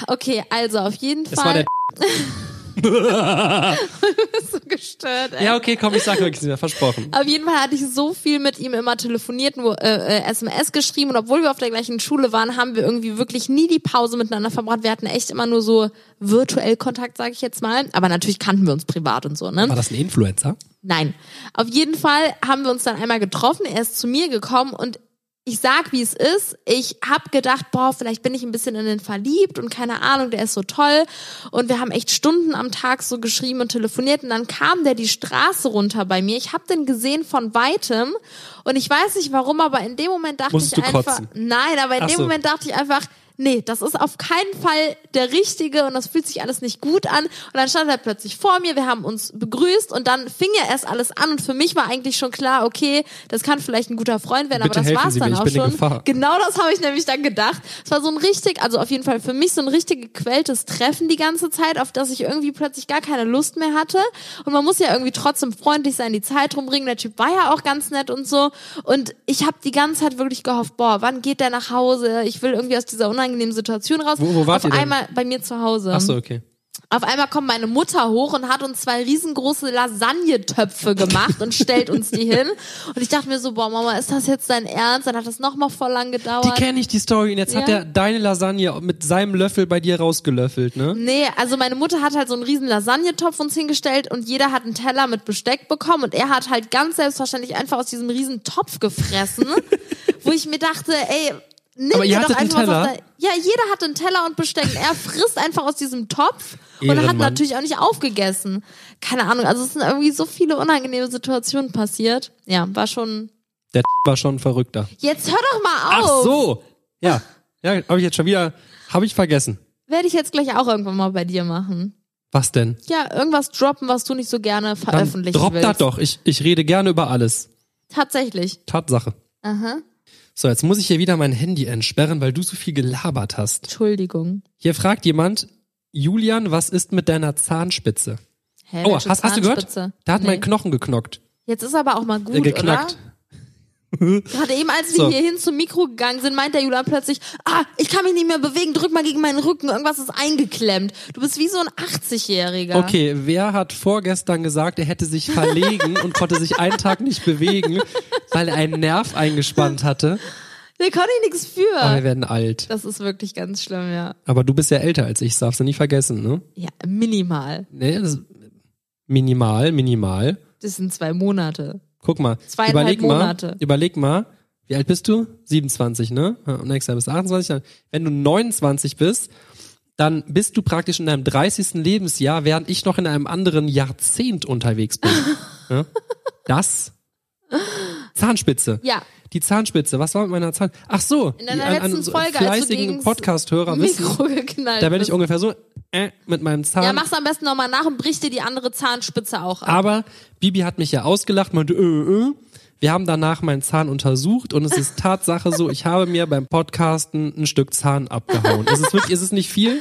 Speaker 1: okay, also auf jeden
Speaker 2: Es war
Speaker 1: Fall.
Speaker 2: der.
Speaker 1: [laughs] bist du gestört, ey.
Speaker 2: Ja, okay, komm, ich sag wirklich [laughs] nicht mehr. Versprochen.
Speaker 1: Auf jeden Fall hatte ich so viel mit ihm immer telefoniert, nur äh, äh, SMS geschrieben und obwohl wir auf der gleichen Schule waren, haben wir irgendwie wirklich nie die Pause miteinander verbracht. Wir hatten echt immer nur so virtuell Kontakt, sage ich jetzt mal. Aber natürlich kannten wir uns privat und so, ne?
Speaker 2: War das ein Influencer?
Speaker 1: Nein. Auf jeden Fall haben wir uns dann einmal getroffen. Er ist zu mir gekommen und ich sag, wie es ist. Ich hab gedacht, boah, vielleicht bin ich ein bisschen in den verliebt und keine Ahnung, der ist so toll. Und wir haben echt Stunden am Tag so geschrieben und telefoniert. Und dann kam der die Straße runter bei mir. Ich hab den gesehen von weitem und ich weiß nicht warum, aber in dem Moment dachte
Speaker 2: Musstest
Speaker 1: ich
Speaker 2: du
Speaker 1: einfach,
Speaker 2: kotzen?
Speaker 1: nein, aber in
Speaker 2: Ach
Speaker 1: dem
Speaker 2: so.
Speaker 1: Moment dachte ich einfach, nee, das ist auf keinen Fall der richtige und das fühlt sich alles nicht gut an. Und dann stand er plötzlich vor mir, wir haben uns begrüßt und dann fing ja erst alles an und für mich war eigentlich schon klar, okay, das kann vielleicht ein guter Freund werden,
Speaker 2: Bitte
Speaker 1: aber das
Speaker 2: helfen
Speaker 1: war's
Speaker 2: Sie mir,
Speaker 1: dann
Speaker 2: ich
Speaker 1: auch
Speaker 2: bin in
Speaker 1: schon.
Speaker 2: Gefahr.
Speaker 1: Genau das habe ich nämlich dann gedacht. Es war so ein richtig, also auf jeden Fall für mich so ein richtig gequältes Treffen die ganze Zeit, auf das ich irgendwie plötzlich gar keine Lust mehr hatte. Und man muss ja irgendwie trotzdem freundlich sein, die Zeit rumbringen. Der Typ war ja auch ganz nett und so. Und ich habe die ganze Zeit wirklich gehofft, boah, wann geht der nach Hause? Ich will irgendwie aus dieser unangenehmen Situation raus.
Speaker 2: Wo- wo wart
Speaker 1: auf
Speaker 2: ihr denn?
Speaker 1: einmal bei mir zu Hause.
Speaker 2: Ach so, okay.
Speaker 1: Auf einmal kommt meine Mutter hoch und hat uns zwei riesengroße Lasagnetöpfe gemacht und stellt uns die hin. Und ich dachte mir so, boah, Mama, ist das jetzt dein Ernst? Dann hat das nochmal voll lang
Speaker 2: Die
Speaker 1: gedauert.
Speaker 2: kenne ich, die Story. Und jetzt hat
Speaker 1: Ja.
Speaker 2: er deine Lasagne mit seinem Löffel bei dir rausgelöffelt, ne?
Speaker 1: Nee, also meine Mutter hat halt so einen riesen Lasagnetopf uns hingestellt und jeder hat einen Teller mit Besteck bekommen und er hat halt ganz selbstverständlich einfach aus diesem riesen Topf
Speaker 2: [laughs]
Speaker 1: gefressen, wo ich mir dachte, ey, nimm
Speaker 2: Aber ihr
Speaker 1: dir doch
Speaker 2: hattet einen
Speaker 1: einfach was aus
Speaker 2: Teller?
Speaker 1: der... Ja, jeder hat einen Teller und Besteck und er frisst einfach aus diesem Topf und hat
Speaker 2: Ehrenmann.
Speaker 1: natürlich auch nicht aufgegessen. Keine Ahnung, also es sind irgendwie so viele unangenehme Situationen passiert. Ja, war schon...
Speaker 2: Der war schon ein Verrückter.
Speaker 1: Jetzt hör doch mal auf!
Speaker 2: Ach so. Ja. Ja, habe ich jetzt schon wieder, habe ich vergessen.
Speaker 1: Werde ich jetzt gleich auch irgendwann mal bei dir machen.
Speaker 2: Was denn?
Speaker 1: Ja, irgendwas droppen, was du nicht so gerne
Speaker 2: Dann
Speaker 1: veröffentlichen
Speaker 2: drop
Speaker 1: willst.
Speaker 2: das doch. Ich, ich rede gerne über alles.
Speaker 1: Tatsächlich.
Speaker 2: Tatsache.
Speaker 1: Aha.
Speaker 2: So, jetzt muss ich hier wieder mein Handy entsperren, weil du so viel gelabert hast.
Speaker 1: Entschuldigung.
Speaker 2: Hier fragt jemand, Julian, was ist mit deiner Zahnspitze?
Speaker 1: Hä,
Speaker 2: Oh,
Speaker 1: welche
Speaker 2: hast, hast du gehört?
Speaker 1: Zahnspitze?
Speaker 2: Da hat
Speaker 1: Nee.
Speaker 2: mein Knochen geknockt.
Speaker 1: Jetzt ist aber auch mal gut,
Speaker 2: Äh, geknackt.
Speaker 1: oder? Gerade eben, als wir
Speaker 2: So.
Speaker 1: hierhin zum Mikro gegangen sind, meint der Julian plötzlich, ah, ich kann mich nicht mehr bewegen, drück mal gegen meinen Rücken, irgendwas ist eingeklemmt. Du bist wie so ein 80-Jähriger.
Speaker 2: Okay, wer hat vorgestern gesagt, er hätte sich verlegen und konnte sich einen Tag nicht bewegen, weil er einen Nerv eingespannt hatte?
Speaker 1: Da kann ich nichts für.
Speaker 2: Aber wir werden alt.
Speaker 1: Das ist wirklich ganz schlimm, ja.
Speaker 2: Aber du bist ja älter als ich, das darfst du nicht vergessen, ne?
Speaker 1: Ja, minimal.
Speaker 2: Nee, das minimal, minimal.
Speaker 1: Das sind zwei Monate.
Speaker 2: Guck mal,
Speaker 1: Zweieinhalb
Speaker 2: überleg
Speaker 1: Monate.
Speaker 2: mal, überleg mal, wie alt bist du? 27, ne? Ja, Und nächstes Jahr bist du 28. Dann- Wenn du 29 bist, dann bist du praktisch in deinem 30. Lebensjahr, während ich noch in einem anderen Jahrzehnt
Speaker 1: [laughs]
Speaker 2: unterwegs bin. ja? Das Zahnspitze.
Speaker 1: Ja.
Speaker 2: Die Zahnspitze. Was war mit meiner Zahn? Ach so.
Speaker 1: In deiner
Speaker 2: die, an,
Speaker 1: letzten
Speaker 2: an so
Speaker 1: Folge, als du
Speaker 2: fleißigen
Speaker 1: gegens
Speaker 2: Podcast-Hörer wissen,
Speaker 1: Mikro [laughs] geknallt.
Speaker 2: da werde ich
Speaker 1: bist.
Speaker 2: ungefähr so äh, mit meinem Zahn.
Speaker 1: Ja, mach's am besten nochmal nach und brich dir die andere Zahnspitze auch ab.
Speaker 2: Aber Bibi hat mich ja ausgelacht, meinte, ö, ö. Wir haben danach meinen Zahn untersucht und es
Speaker 1: [laughs]
Speaker 2: ist Tatsache so, ich habe mir beim Podcasten ein Stück Zahn abgehauen. Es ist wirklich, es ist nicht viel,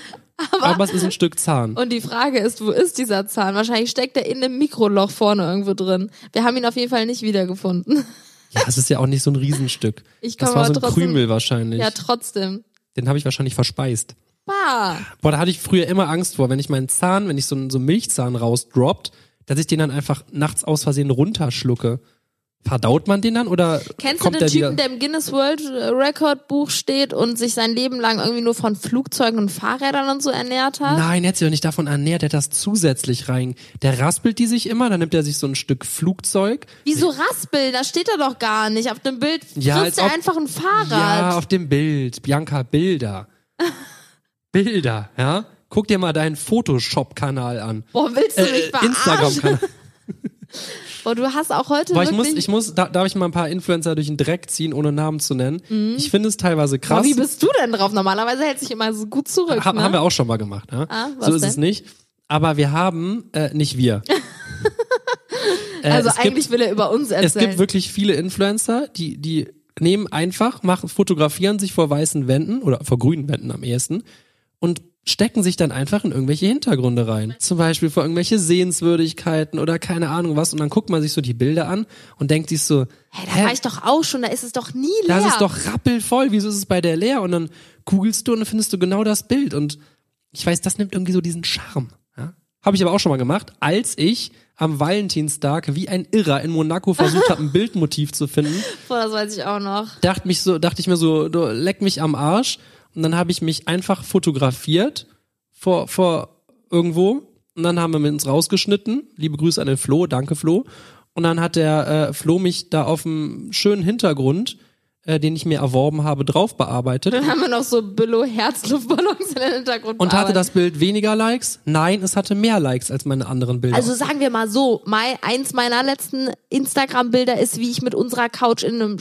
Speaker 2: aber, es ist ein Stück Zahn.
Speaker 1: Und die Frage ist, wo ist dieser Zahn? Wahrscheinlich steckt er in einem Mikroloch vorne irgendwo drin. Wir haben ihn auf jeden Fall nicht wiedergefunden.
Speaker 2: Ja, es ist ja auch nicht so ein Riesenstück.
Speaker 1: Ich
Speaker 2: das
Speaker 1: komm
Speaker 2: war so
Speaker 1: aber
Speaker 2: ein
Speaker 1: trotzdem-
Speaker 2: Krümel wahrscheinlich.
Speaker 1: Ja, trotzdem.
Speaker 2: Den habe ich wahrscheinlich verspeist.
Speaker 1: Bah.
Speaker 2: Boah, da hatte ich früher immer Angst vor, wenn ich meinen Zahn, wenn ich so einen so einen Milchzahn rausdroppt, dass ich den dann einfach nachts aus Versehen runterschlucke. Verdaut man den dann oder
Speaker 1: Kennst
Speaker 2: kommt
Speaker 1: du den
Speaker 2: der wieder?
Speaker 1: Typen, der im Guinness World Record Buch steht und sich sein Leben lang irgendwie nur von Flugzeugen und Fahrrädern und so ernährt hat?
Speaker 2: Nein, er hat sich doch nicht davon ernährt, der hat das zusätzlich rein. Der raspelt die sich immer, dann nimmt er sich so ein Stück Flugzeug.
Speaker 1: Wieso Raspel? Da steht er doch gar nicht. Auf dem Bild
Speaker 2: Ja,
Speaker 1: frisst
Speaker 2: als
Speaker 1: er
Speaker 2: ob-
Speaker 1: einfach ein
Speaker 2: Ja,
Speaker 1: Fahrrad.
Speaker 2: auf dem Bild.
Speaker 1: [laughs]
Speaker 2: Bianca, Bilder. Bilder, ja? Guck dir mal deinen Photoshop-Kanal an.
Speaker 1: Boah, willst du mich
Speaker 2: Äh,
Speaker 1: verarschen? [laughs]
Speaker 2: Instagram-Kanal.
Speaker 1: Boah, du hast auch heute
Speaker 2: Boah, ich
Speaker 1: wirklich...
Speaker 2: muss, ich muss, da, darf ich mal ein paar Influencer durch den Dreck ziehen, ohne Namen zu nennen. Ich finde es teilweise krass.
Speaker 1: Mhm. Boah, wie bist du denn drauf? Normalerweise hält sich immer so gut zurück.
Speaker 2: Ha-
Speaker 1: ne?
Speaker 2: Haben wir auch schon mal gemacht. Ja?
Speaker 1: Ah, was
Speaker 2: so ist
Speaker 1: denn?
Speaker 2: es nicht. Aber wir haben, äh,
Speaker 1: [laughs]
Speaker 2: nicht wir. Äh,
Speaker 1: also
Speaker 2: es gibt-
Speaker 1: eigentlich will er über uns erzählen.
Speaker 2: Es gibt wirklich viele Influencer, die, die nehmen einfach, machen, fotografieren sich vor weißen Wänden oder vor grünen Wänden am ehesten und stecken sich dann einfach in irgendwelche Hintergründe rein. Zum Beispiel vor irgendwelche Sehenswürdigkeiten oder keine Ahnung was. Und dann guckt man sich so die Bilder an und denkt sich so,
Speaker 1: hey, da
Speaker 2: hä,
Speaker 1: war ich doch auch schon, da ist es doch nie leer.
Speaker 2: das ist doch rappelvoll, wieso ist es bei der leer? Und dann googelst du und dann findest du genau das Bild. Und ich weiß, das nimmt irgendwie so diesen Charme. Ja? Habe ich aber auch schon mal gemacht, als ich am Valentinstag wie ein Irrer in Monaco versucht habe, ein Bildmotiv zu finden
Speaker 1: Boah, das weiß ich auch noch.
Speaker 2: dachte mich so, dachte ich mir so, du, leck mich am Arsch. Und dann habe ich mich einfach fotografiert vor, vor irgendwo. Und dann haben wir mit uns rausgeschnitten. Liebe Grüße an den Flo, danke Flo. Und dann hat der äh, Flo mich da auf einem schönen Hintergrund, äh, den ich mir erworben habe, drauf
Speaker 1: [laughs]
Speaker 2: bearbeitet.
Speaker 1: Dann haben wir noch so Billo-Herzluftballons in den Hintergrund
Speaker 2: Und hatte
Speaker 1: bearbeitet.
Speaker 2: das Bild weniger Likes? Nein, es hatte mehr Likes als meine anderen Bilder.
Speaker 1: Also sagen wir mal so, mein, eins meiner letzten Instagram-Bilder ist, wie ich mit unserer Couch in einem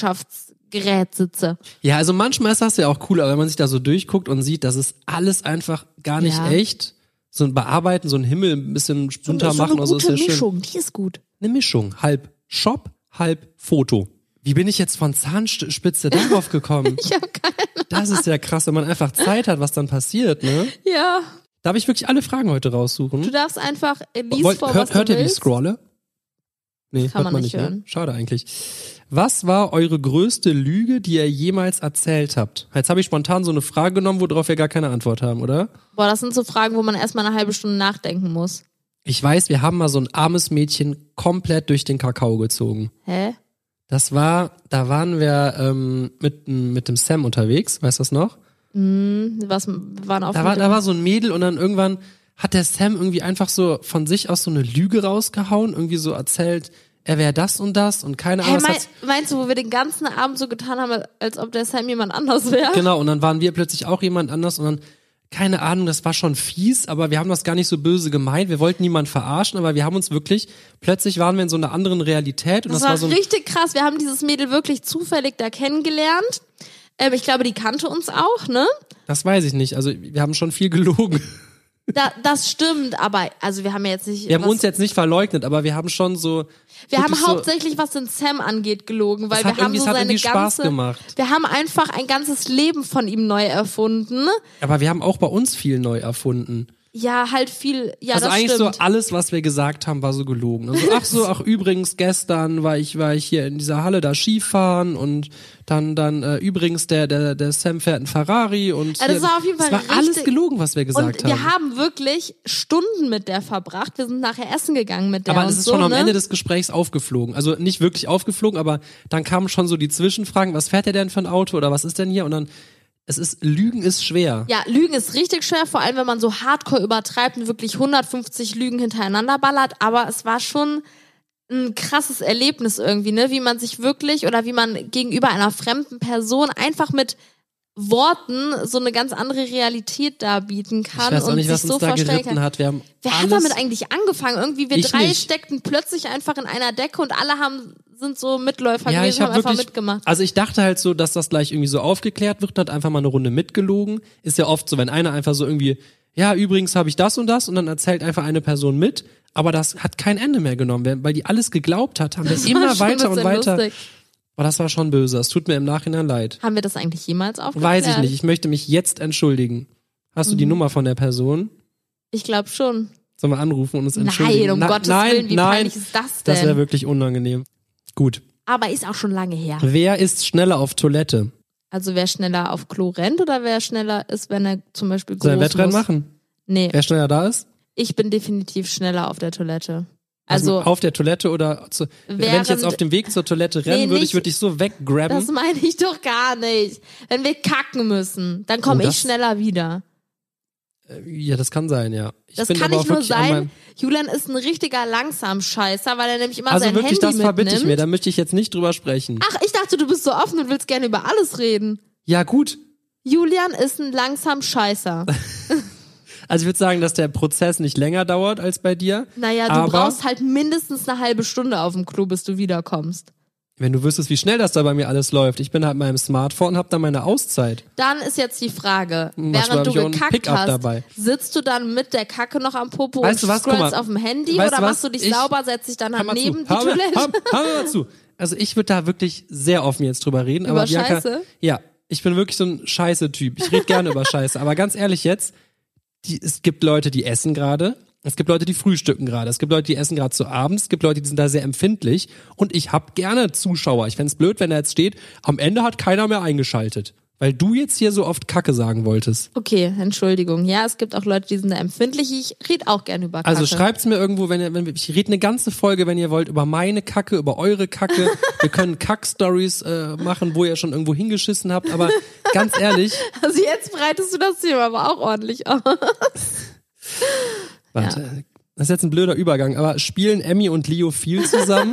Speaker 1: Schneelandschaftsgerät sitze.
Speaker 2: ja, also manchmal ist das ja auch cool, aber wenn man sich da so durchguckt und sieht, das ist alles einfach gar nicht
Speaker 1: Ja.
Speaker 2: echt. So ein Bearbeiten, so ein Himmel ein bisschen bunter
Speaker 1: so eine
Speaker 2: machen
Speaker 1: gute
Speaker 2: oder so ist ja schön.
Speaker 1: Mischung, die ist gut. [laughs]
Speaker 2: eine Mischung. Halb Shop, halb Foto. Wie bin ich jetzt
Speaker 1: [laughs]
Speaker 2: von Zahnspitze darauf gekommen?
Speaker 1: Ich hab keine...
Speaker 2: Das ist ja krass, wenn man einfach Zeit hat, was dann passiert, ne?
Speaker 1: Ja,
Speaker 2: Darf ich wirklich alle Fragen heute
Speaker 1: du
Speaker 2: raussuchen?
Speaker 1: darfst einfach äh, lies
Speaker 2: Hm? Wollt-
Speaker 1: vor, was
Speaker 2: hört hört
Speaker 1: du
Speaker 2: ihr, wie ich
Speaker 1: willst.
Speaker 2: scrolle? Nee,
Speaker 1: Kann
Speaker 2: hört
Speaker 1: man
Speaker 2: man,
Speaker 1: nicht
Speaker 2: nicht,
Speaker 1: hören.
Speaker 2: ne? Schade eigentlich. Was war eure größte Lüge, die ihr jemals erzählt habt? Jetzt habe ich spontan so eine Frage genommen, worauf wir gar keine Antwort haben, oder?
Speaker 1: Boah, das sind so Fragen, wo man erstmal eine halbe Stunde nachdenken muss.
Speaker 2: Ich weiß, wir haben mal so ein armes Mädchen komplett durch den Kakao gezogen.
Speaker 1: Hä?
Speaker 2: Das war, da waren wir ähm, mit, n- mit dem Sam unterwegs, weißt du das noch?
Speaker 1: Was wir waren auf
Speaker 2: Da war, da war so ein Mädel und dann irgendwann hat der Sam irgendwie einfach so von sich aus so eine Lüge rausgehauen, irgendwie so erzählt, er wäre das und das und keine
Speaker 1: Hey,
Speaker 2: Ahnung.
Speaker 1: mein,
Speaker 2: was hat's-
Speaker 1: meinst du, wo wir den ganzen Abend so getan haben, als ob der Sam jemand anders wäre?
Speaker 2: genau, und dann waren wir plötzlich auch jemand anders und dann, keine Ahnung, das war schon fies, aber wir haben das gar nicht so böse gemeint. Wir wollten niemanden verarschen, aber wir haben uns wirklich, plötzlich waren wir in so einer anderen Realität und
Speaker 1: Das,
Speaker 2: das,
Speaker 1: war,
Speaker 2: war so ein
Speaker 1: richtig krass. Wir haben dieses Mädel wirklich zufällig da kennengelernt. Ähm, ich glaube, die kannte uns auch, ne?
Speaker 2: Das weiß ich nicht. Also wir haben schon viel gelogen.
Speaker 1: Da, das stimmt, aber also wir haben ja jetzt nicht.
Speaker 2: Wir haben
Speaker 1: was,
Speaker 2: uns jetzt nicht verleugnet, aber wir haben schon so.
Speaker 1: wir haben
Speaker 2: wirklich so,
Speaker 1: hauptsächlich, was den Sam angeht, gelogen, weil
Speaker 2: Es hat
Speaker 1: wir haben
Speaker 2: irgendwie-
Speaker 1: so
Speaker 2: es hat
Speaker 1: seine
Speaker 2: irgendwie
Speaker 1: ganze.
Speaker 2: Spaß gemacht.
Speaker 1: Wir haben einfach ein ganzes Leben von ihm neu erfunden.
Speaker 2: Aber wir haben auch bei uns viel neu erfunden.
Speaker 1: Ja, halt viel. Ja,
Speaker 2: also
Speaker 1: das
Speaker 2: eigentlich
Speaker 1: stimmt.
Speaker 2: so alles, was wir gesagt haben, war so gelogen. Also, ach so, ach übrigens, gestern war ich, war ich hier in dieser Halle da Skifahren und dann, dann äh, übrigens der, der, der Sam fährt einen Ferrari und
Speaker 1: Ja, das
Speaker 2: hier-
Speaker 1: war auf jeden Fall
Speaker 2: es war
Speaker 1: richtig-
Speaker 2: alles gelogen, was wir gesagt
Speaker 1: und wir
Speaker 2: haben.
Speaker 1: haben wirklich Stunden mit der verbracht. Wir sind nachher essen gegangen mit der.
Speaker 2: aber
Speaker 1: und
Speaker 2: es ist
Speaker 1: so,
Speaker 2: schon am
Speaker 1: ne?
Speaker 2: Ende des Gesprächs aufgeflogen. Also nicht wirklich aufgeflogen, aber dann kamen schon so die Zwischenfragen, was fährt er denn für ein Auto oder was ist denn hier? Und dann, Es ist, Lügen ist schwer.
Speaker 1: Ja, Lügen ist richtig schwer, vor allem wenn man so hardcore übertreibt und wirklich 150 Lügen hintereinander ballert. Aber es war schon ein krasses Erlebnis irgendwie, ne? Wie man sich wirklich oder wie man gegenüber einer fremden Person einfach mit Worten so eine ganz andere Realität darbieten kann
Speaker 2: ich weiß auch
Speaker 1: und
Speaker 2: nicht,
Speaker 1: sich
Speaker 2: was uns
Speaker 1: so
Speaker 2: da
Speaker 1: vorstellen
Speaker 2: geritten
Speaker 1: kann.
Speaker 2: hat. Wir haben
Speaker 1: Wer
Speaker 2: alles
Speaker 1: hat damit eigentlich angefangen? Irgendwie, wir
Speaker 2: Ich
Speaker 1: drei
Speaker 2: nicht.
Speaker 1: steckten plötzlich einfach in einer Decke und alle haben sind so Mitläufer
Speaker 2: ja, ich
Speaker 1: gewesen und
Speaker 2: habe
Speaker 1: haben einfach
Speaker 2: wirklich,
Speaker 1: mitgemacht. [laughs]
Speaker 2: also ich dachte halt so, dass das gleich irgendwie so aufgeklärt wird und hat einfach mal eine Runde mitgelogen. Ist ja oft so, wenn einer einfach so irgendwie, ja, übrigens habe ich das und das und dann erzählt einfach eine Person mit, aber das hat kein Ende mehr genommen, weil- weil die alles geglaubt hat, haben
Speaker 1: [laughs]
Speaker 2: wir
Speaker 1: War
Speaker 2: immer
Speaker 1: schon ein
Speaker 2: weiter und
Speaker 1: bisschen
Speaker 2: weiter.
Speaker 1: lustig.
Speaker 2: Aber das war schon böse, es tut mir im Nachhinein leid.
Speaker 1: Haben wir das eigentlich jemals aufgeklärt?
Speaker 2: Weiß ich nicht, ich möchte mich jetzt entschuldigen. Hast du
Speaker 1: Mhm.
Speaker 2: die Nummer von der Person?
Speaker 1: Ich glaube schon.
Speaker 2: Sollen wir anrufen und uns entschuldigen?
Speaker 1: Nein, um
Speaker 2: Na-
Speaker 1: Gottes
Speaker 2: nein,
Speaker 1: Willen, wie
Speaker 2: nein,
Speaker 1: peinlich ist das
Speaker 2: Das
Speaker 1: denn?
Speaker 2: wäre wirklich unangenehm. Gut.
Speaker 1: Aber ist auch schon lange her.
Speaker 2: Wer ist schneller auf Toilette?
Speaker 1: Also wer schneller auf Klo rennt oder wer schneller ist, wenn er zum Beispiel groß
Speaker 2: Sollen wir ein Wettrennen
Speaker 1: muss?
Speaker 2: machen?
Speaker 1: Nee,
Speaker 2: Wer schneller da ist?
Speaker 1: ich bin definitiv schneller auf der Toilette. Also,
Speaker 2: auf der Toilette oder zu, wenn ich jetzt
Speaker 1: Während-
Speaker 2: auf dem Weg zur Toilette rennen würde, ich
Speaker 1: nicht-
Speaker 2: würde dich so
Speaker 1: das
Speaker 2: weggrabben.
Speaker 1: meine ich doch gar nicht. Wenn wir kacken müssen, dann komme
Speaker 2: Oh, das-
Speaker 1: ich schneller wieder.
Speaker 2: ja, das kann sein, ja. Ich
Speaker 1: Das
Speaker 2: bin
Speaker 1: kann
Speaker 2: aber auch
Speaker 1: nicht nur
Speaker 2: wirklich an meinem-
Speaker 1: sein. Julian ist ein richtiger Langsamscheißer, weil er nämlich immer
Speaker 2: Also
Speaker 1: sein
Speaker 2: wirklich,
Speaker 1: Handy
Speaker 2: das verbitte ich mir,
Speaker 1: mitnimmt.
Speaker 2: da möchte ich jetzt nicht drüber sprechen.
Speaker 1: Ach, ich dachte, du bist so offen und willst gerne über alles reden.
Speaker 2: Ja, gut.
Speaker 1: Julian ist ein
Speaker 2: [laughs]
Speaker 1: Langsamscheißer.
Speaker 2: Also ich würde sagen, dass der Prozess nicht länger dauert als bei dir.
Speaker 1: Naja, du
Speaker 2: aber
Speaker 1: brauchst halt mindestens eine halbe Stunde auf dem Klo, bis du wiederkommst.
Speaker 2: wenn du wüsstest, wie schnell das da bei mir alles läuft. Ich bin halt mit meinem Smartphone und habe da meine Auszeit.
Speaker 1: Dann ist jetzt die Frage,
Speaker 2: Hm, Manchmal hab
Speaker 1: während du
Speaker 2: ich auch einen
Speaker 1: gekackt
Speaker 2: Pickup
Speaker 1: hast,
Speaker 2: dabei.
Speaker 1: sitzt du dann mit der Kacke noch am Popo
Speaker 2: Weißt du
Speaker 1: und
Speaker 2: was, guck
Speaker 1: scrollst
Speaker 2: mal.
Speaker 1: auf dem Handy
Speaker 2: Weißt du
Speaker 1: oder
Speaker 2: was?
Speaker 1: machst du dich
Speaker 2: Ich-
Speaker 1: sauber, setzt dich dann
Speaker 2: Hör mal
Speaker 1: halt
Speaker 2: zu.
Speaker 1: neben die
Speaker 2: hör, mal-
Speaker 1: Toilette?
Speaker 2: Hör, hör mal zu. Also ich würde da wirklich sehr offen jetzt drüber reden.
Speaker 1: Über
Speaker 2: aber Bianca,
Speaker 1: Scheiße?
Speaker 2: Ja, ich bin wirklich so ein Scheiße-Typ. Ich rede gerne über Scheiße. Aber ganz ehrlich jetzt, die, es gibt Leute, die essen gerade. Es gibt Leute, die frühstücken gerade. Es gibt Leute, die essen gerade zu abends. Es gibt Leute, die sind da sehr empfindlich. Und ich hab gerne Zuschauer. Ich fänd's blöd, wenn da jetzt steht, am Ende hat keiner mehr eingeschaltet. Weil du jetzt hier so oft Kacke sagen wolltest.
Speaker 1: Okay, Entschuldigung. Ja, es gibt auch Leute, die sind da empfindlich. Ich rede auch gerne über Kacke.
Speaker 2: Also schreibt's mir irgendwo, wenn ihr, wenn wir- ich rede eine ganze Folge, wenn ihr wollt, über meine Kacke, über
Speaker 1: [laughs]
Speaker 2: eure Kacke. Wir können Kack-Stories äh, machen, wo ihr schon irgendwo hingeschissen habt. Aber ganz
Speaker 1: [laughs]
Speaker 2: ehrlich,
Speaker 1: Also jetzt breitest du das Thema aber auch ordentlich aus. [laughs]
Speaker 2: warte, das ist jetzt ein blöder Übergang, aber spielen Emmy und Leo
Speaker 1: [laughs]
Speaker 2: viel zusammen?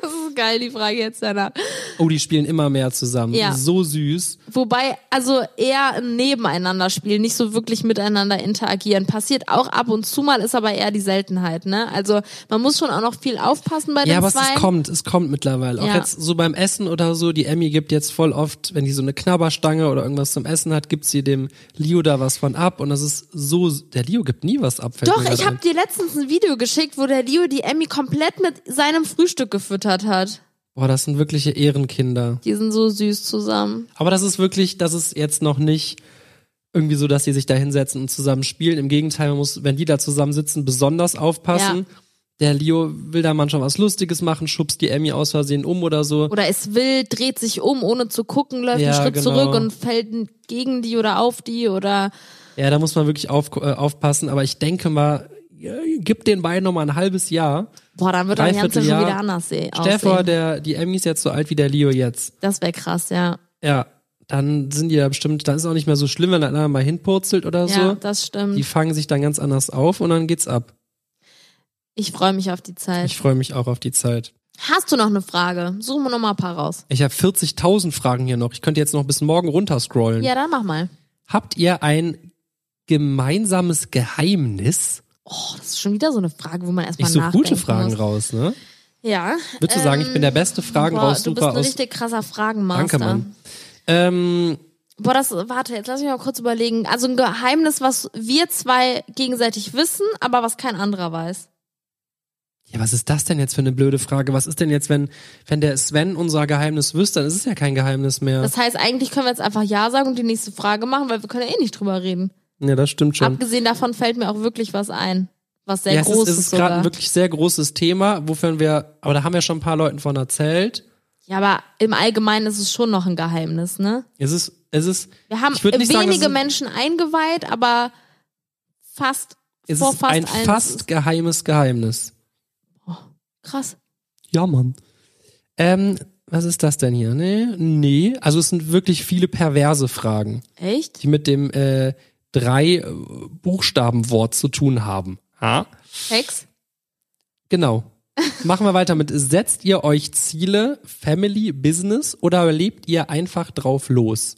Speaker 1: Das ist geil, die Frage jetzt danach.
Speaker 2: oh, die spielen immer mehr zusammen.
Speaker 1: Ja.
Speaker 2: So süß.
Speaker 1: Wobei, also eher ein nebeneinander spielen, nicht so wirklich miteinander interagieren. Passiert auch ab und zu mal, ist aber eher die Seltenheit, ne? Also man muss schon auch noch viel aufpassen bei den
Speaker 2: Ja, aber es
Speaker 1: zwei.
Speaker 2: es kommt, es kommt mittlerweile. Auch
Speaker 1: Ja.
Speaker 2: jetzt so beim Essen oder so, die Emmy gibt jetzt voll oft, wenn die so eine Knabberstange oder irgendwas zum Essen hat, gibt sie dem Leo da was von ab. Und das ist so, der Leo gibt nie was ab. fällt mir
Speaker 1: Doch,
Speaker 2: gerade
Speaker 1: ich
Speaker 2: ein.
Speaker 1: habe dir letztens ein Video geschickt, wo der Leo die Emmy komplett mit seinem Frühstück gefüttert hat.
Speaker 2: Boah, das sind wirkliche Ehrenkinder.
Speaker 1: Die sind so süß zusammen.
Speaker 2: Aber das ist wirklich, das ist jetzt noch nicht irgendwie so, dass die sich da hinsetzen und zusammen spielen. Im Gegenteil, man muss, wenn die da zusammen sitzen, besonders aufpassen. Der Leo will da manchmal was Lustiges machen, schubst die Emmy aus Versehen um oder so.
Speaker 1: Oder ist wild, dreht sich um, ohne zu gucken, läuft
Speaker 2: Ja,
Speaker 1: einen Schritt
Speaker 2: genau.
Speaker 1: zurück und fällt gegen die oder auf die oder
Speaker 2: Ja, da muss man wirklich auf, äh, aufpassen. Aber ich denke mal, ja, gib den beiden nochmal ein halbes Jahr.
Speaker 1: boah, dann wird das Ganze schon
Speaker 2: Dreivierteljahr.
Speaker 1: wieder anders sehen.
Speaker 2: Stell dir vor,
Speaker 1: aussehen.
Speaker 2: der, die Emmy ist jetzt so alt wie der Leo jetzt.
Speaker 1: Das wäre krass, ja.
Speaker 2: Ja, dann sind die da bestimmt, dann ist es auch nicht mehr so schlimm, wenn einer mal hinpurzelt oder
Speaker 1: Ja,
Speaker 2: so.
Speaker 1: das stimmt.
Speaker 2: Also, Die fangen sich dann ganz anders auf und dann geht's ab.
Speaker 1: Ich freue mich auf die Zeit.
Speaker 2: Ich freue mich auch auf die Zeit.
Speaker 1: Hast du noch eine Frage? Suchen wir noch mal ein paar raus.
Speaker 2: Ich habe 40.000 Fragen hier noch. Ich könnte jetzt noch bis morgen runterscrollen.
Speaker 1: Ja, dann mach mal.
Speaker 2: Habt ihr ein gemeinsames Geheimnis?
Speaker 1: Oh, das ist schon wieder so eine Frage, wo man
Speaker 2: Ich
Speaker 1: erstmal
Speaker 2: suche
Speaker 1: nachdenken
Speaker 2: gute Fragen
Speaker 1: muss.
Speaker 2: raus, ne?
Speaker 1: Ja. ähm,
Speaker 2: Würdest du sagen, ich bin der beste
Speaker 1: boah, du bist
Speaker 2: Fragenraussucher
Speaker 1: ein
Speaker 2: aus...
Speaker 1: richtig krasser Fragenmaster.
Speaker 2: Danke, Mann. Ähm,
Speaker 1: Boah, das, warte, jetzt lass mich mal kurz überlegen. Also ein Geheimnis, was wir zwei gegenseitig wissen, aber was kein anderer weiß.
Speaker 2: ja, was ist das denn jetzt für eine blöde Frage? Was ist denn jetzt, wenn, wenn der Sven unser Geheimnis wüsste? Dann ist es ja kein Geheimnis mehr.
Speaker 1: Das heißt, eigentlich können wir jetzt einfach Ja sagen und die nächste Frage machen, weil wir können ja eh nicht drüber reden.
Speaker 2: ja, das stimmt schon.
Speaker 1: Abgesehen davon fällt mir auch wirklich was ein, was sehr
Speaker 2: ja, es
Speaker 1: groß
Speaker 2: ist,
Speaker 1: ist.
Speaker 2: es ist gerade
Speaker 1: sogar.
Speaker 2: ein wirklich sehr großes Thema, wofür wir... Aber da haben wir schon ein paar Leuten von erzählt.
Speaker 1: ja, aber im Allgemeinen ist es schon noch ein Geheimnis, ne?
Speaker 2: Es ist... Es ist
Speaker 1: Wir haben
Speaker 2: Ich würd nicht
Speaker 1: wenige
Speaker 2: sagen, es ist-
Speaker 1: Menschen eingeweiht, aber fast
Speaker 2: Es
Speaker 1: vor
Speaker 2: ist
Speaker 1: fast
Speaker 2: ein
Speaker 1: allen.
Speaker 2: fast geheimes Geheimnis.
Speaker 1: krass.
Speaker 2: Ja, Mann. Ähm, was ist das denn hier? Nee, nee. Also es sind wirklich viele perverse Fragen,
Speaker 1: Echt?
Speaker 2: die mit dem äh, drei äh, Buchstabenwort zu tun haben. Ha?
Speaker 1: Hex? [laughs]
Speaker 2: Genau. Machen wir weiter mit. Setzt ihr euch Ziele, Family, Business oder lebt ihr einfach drauf los?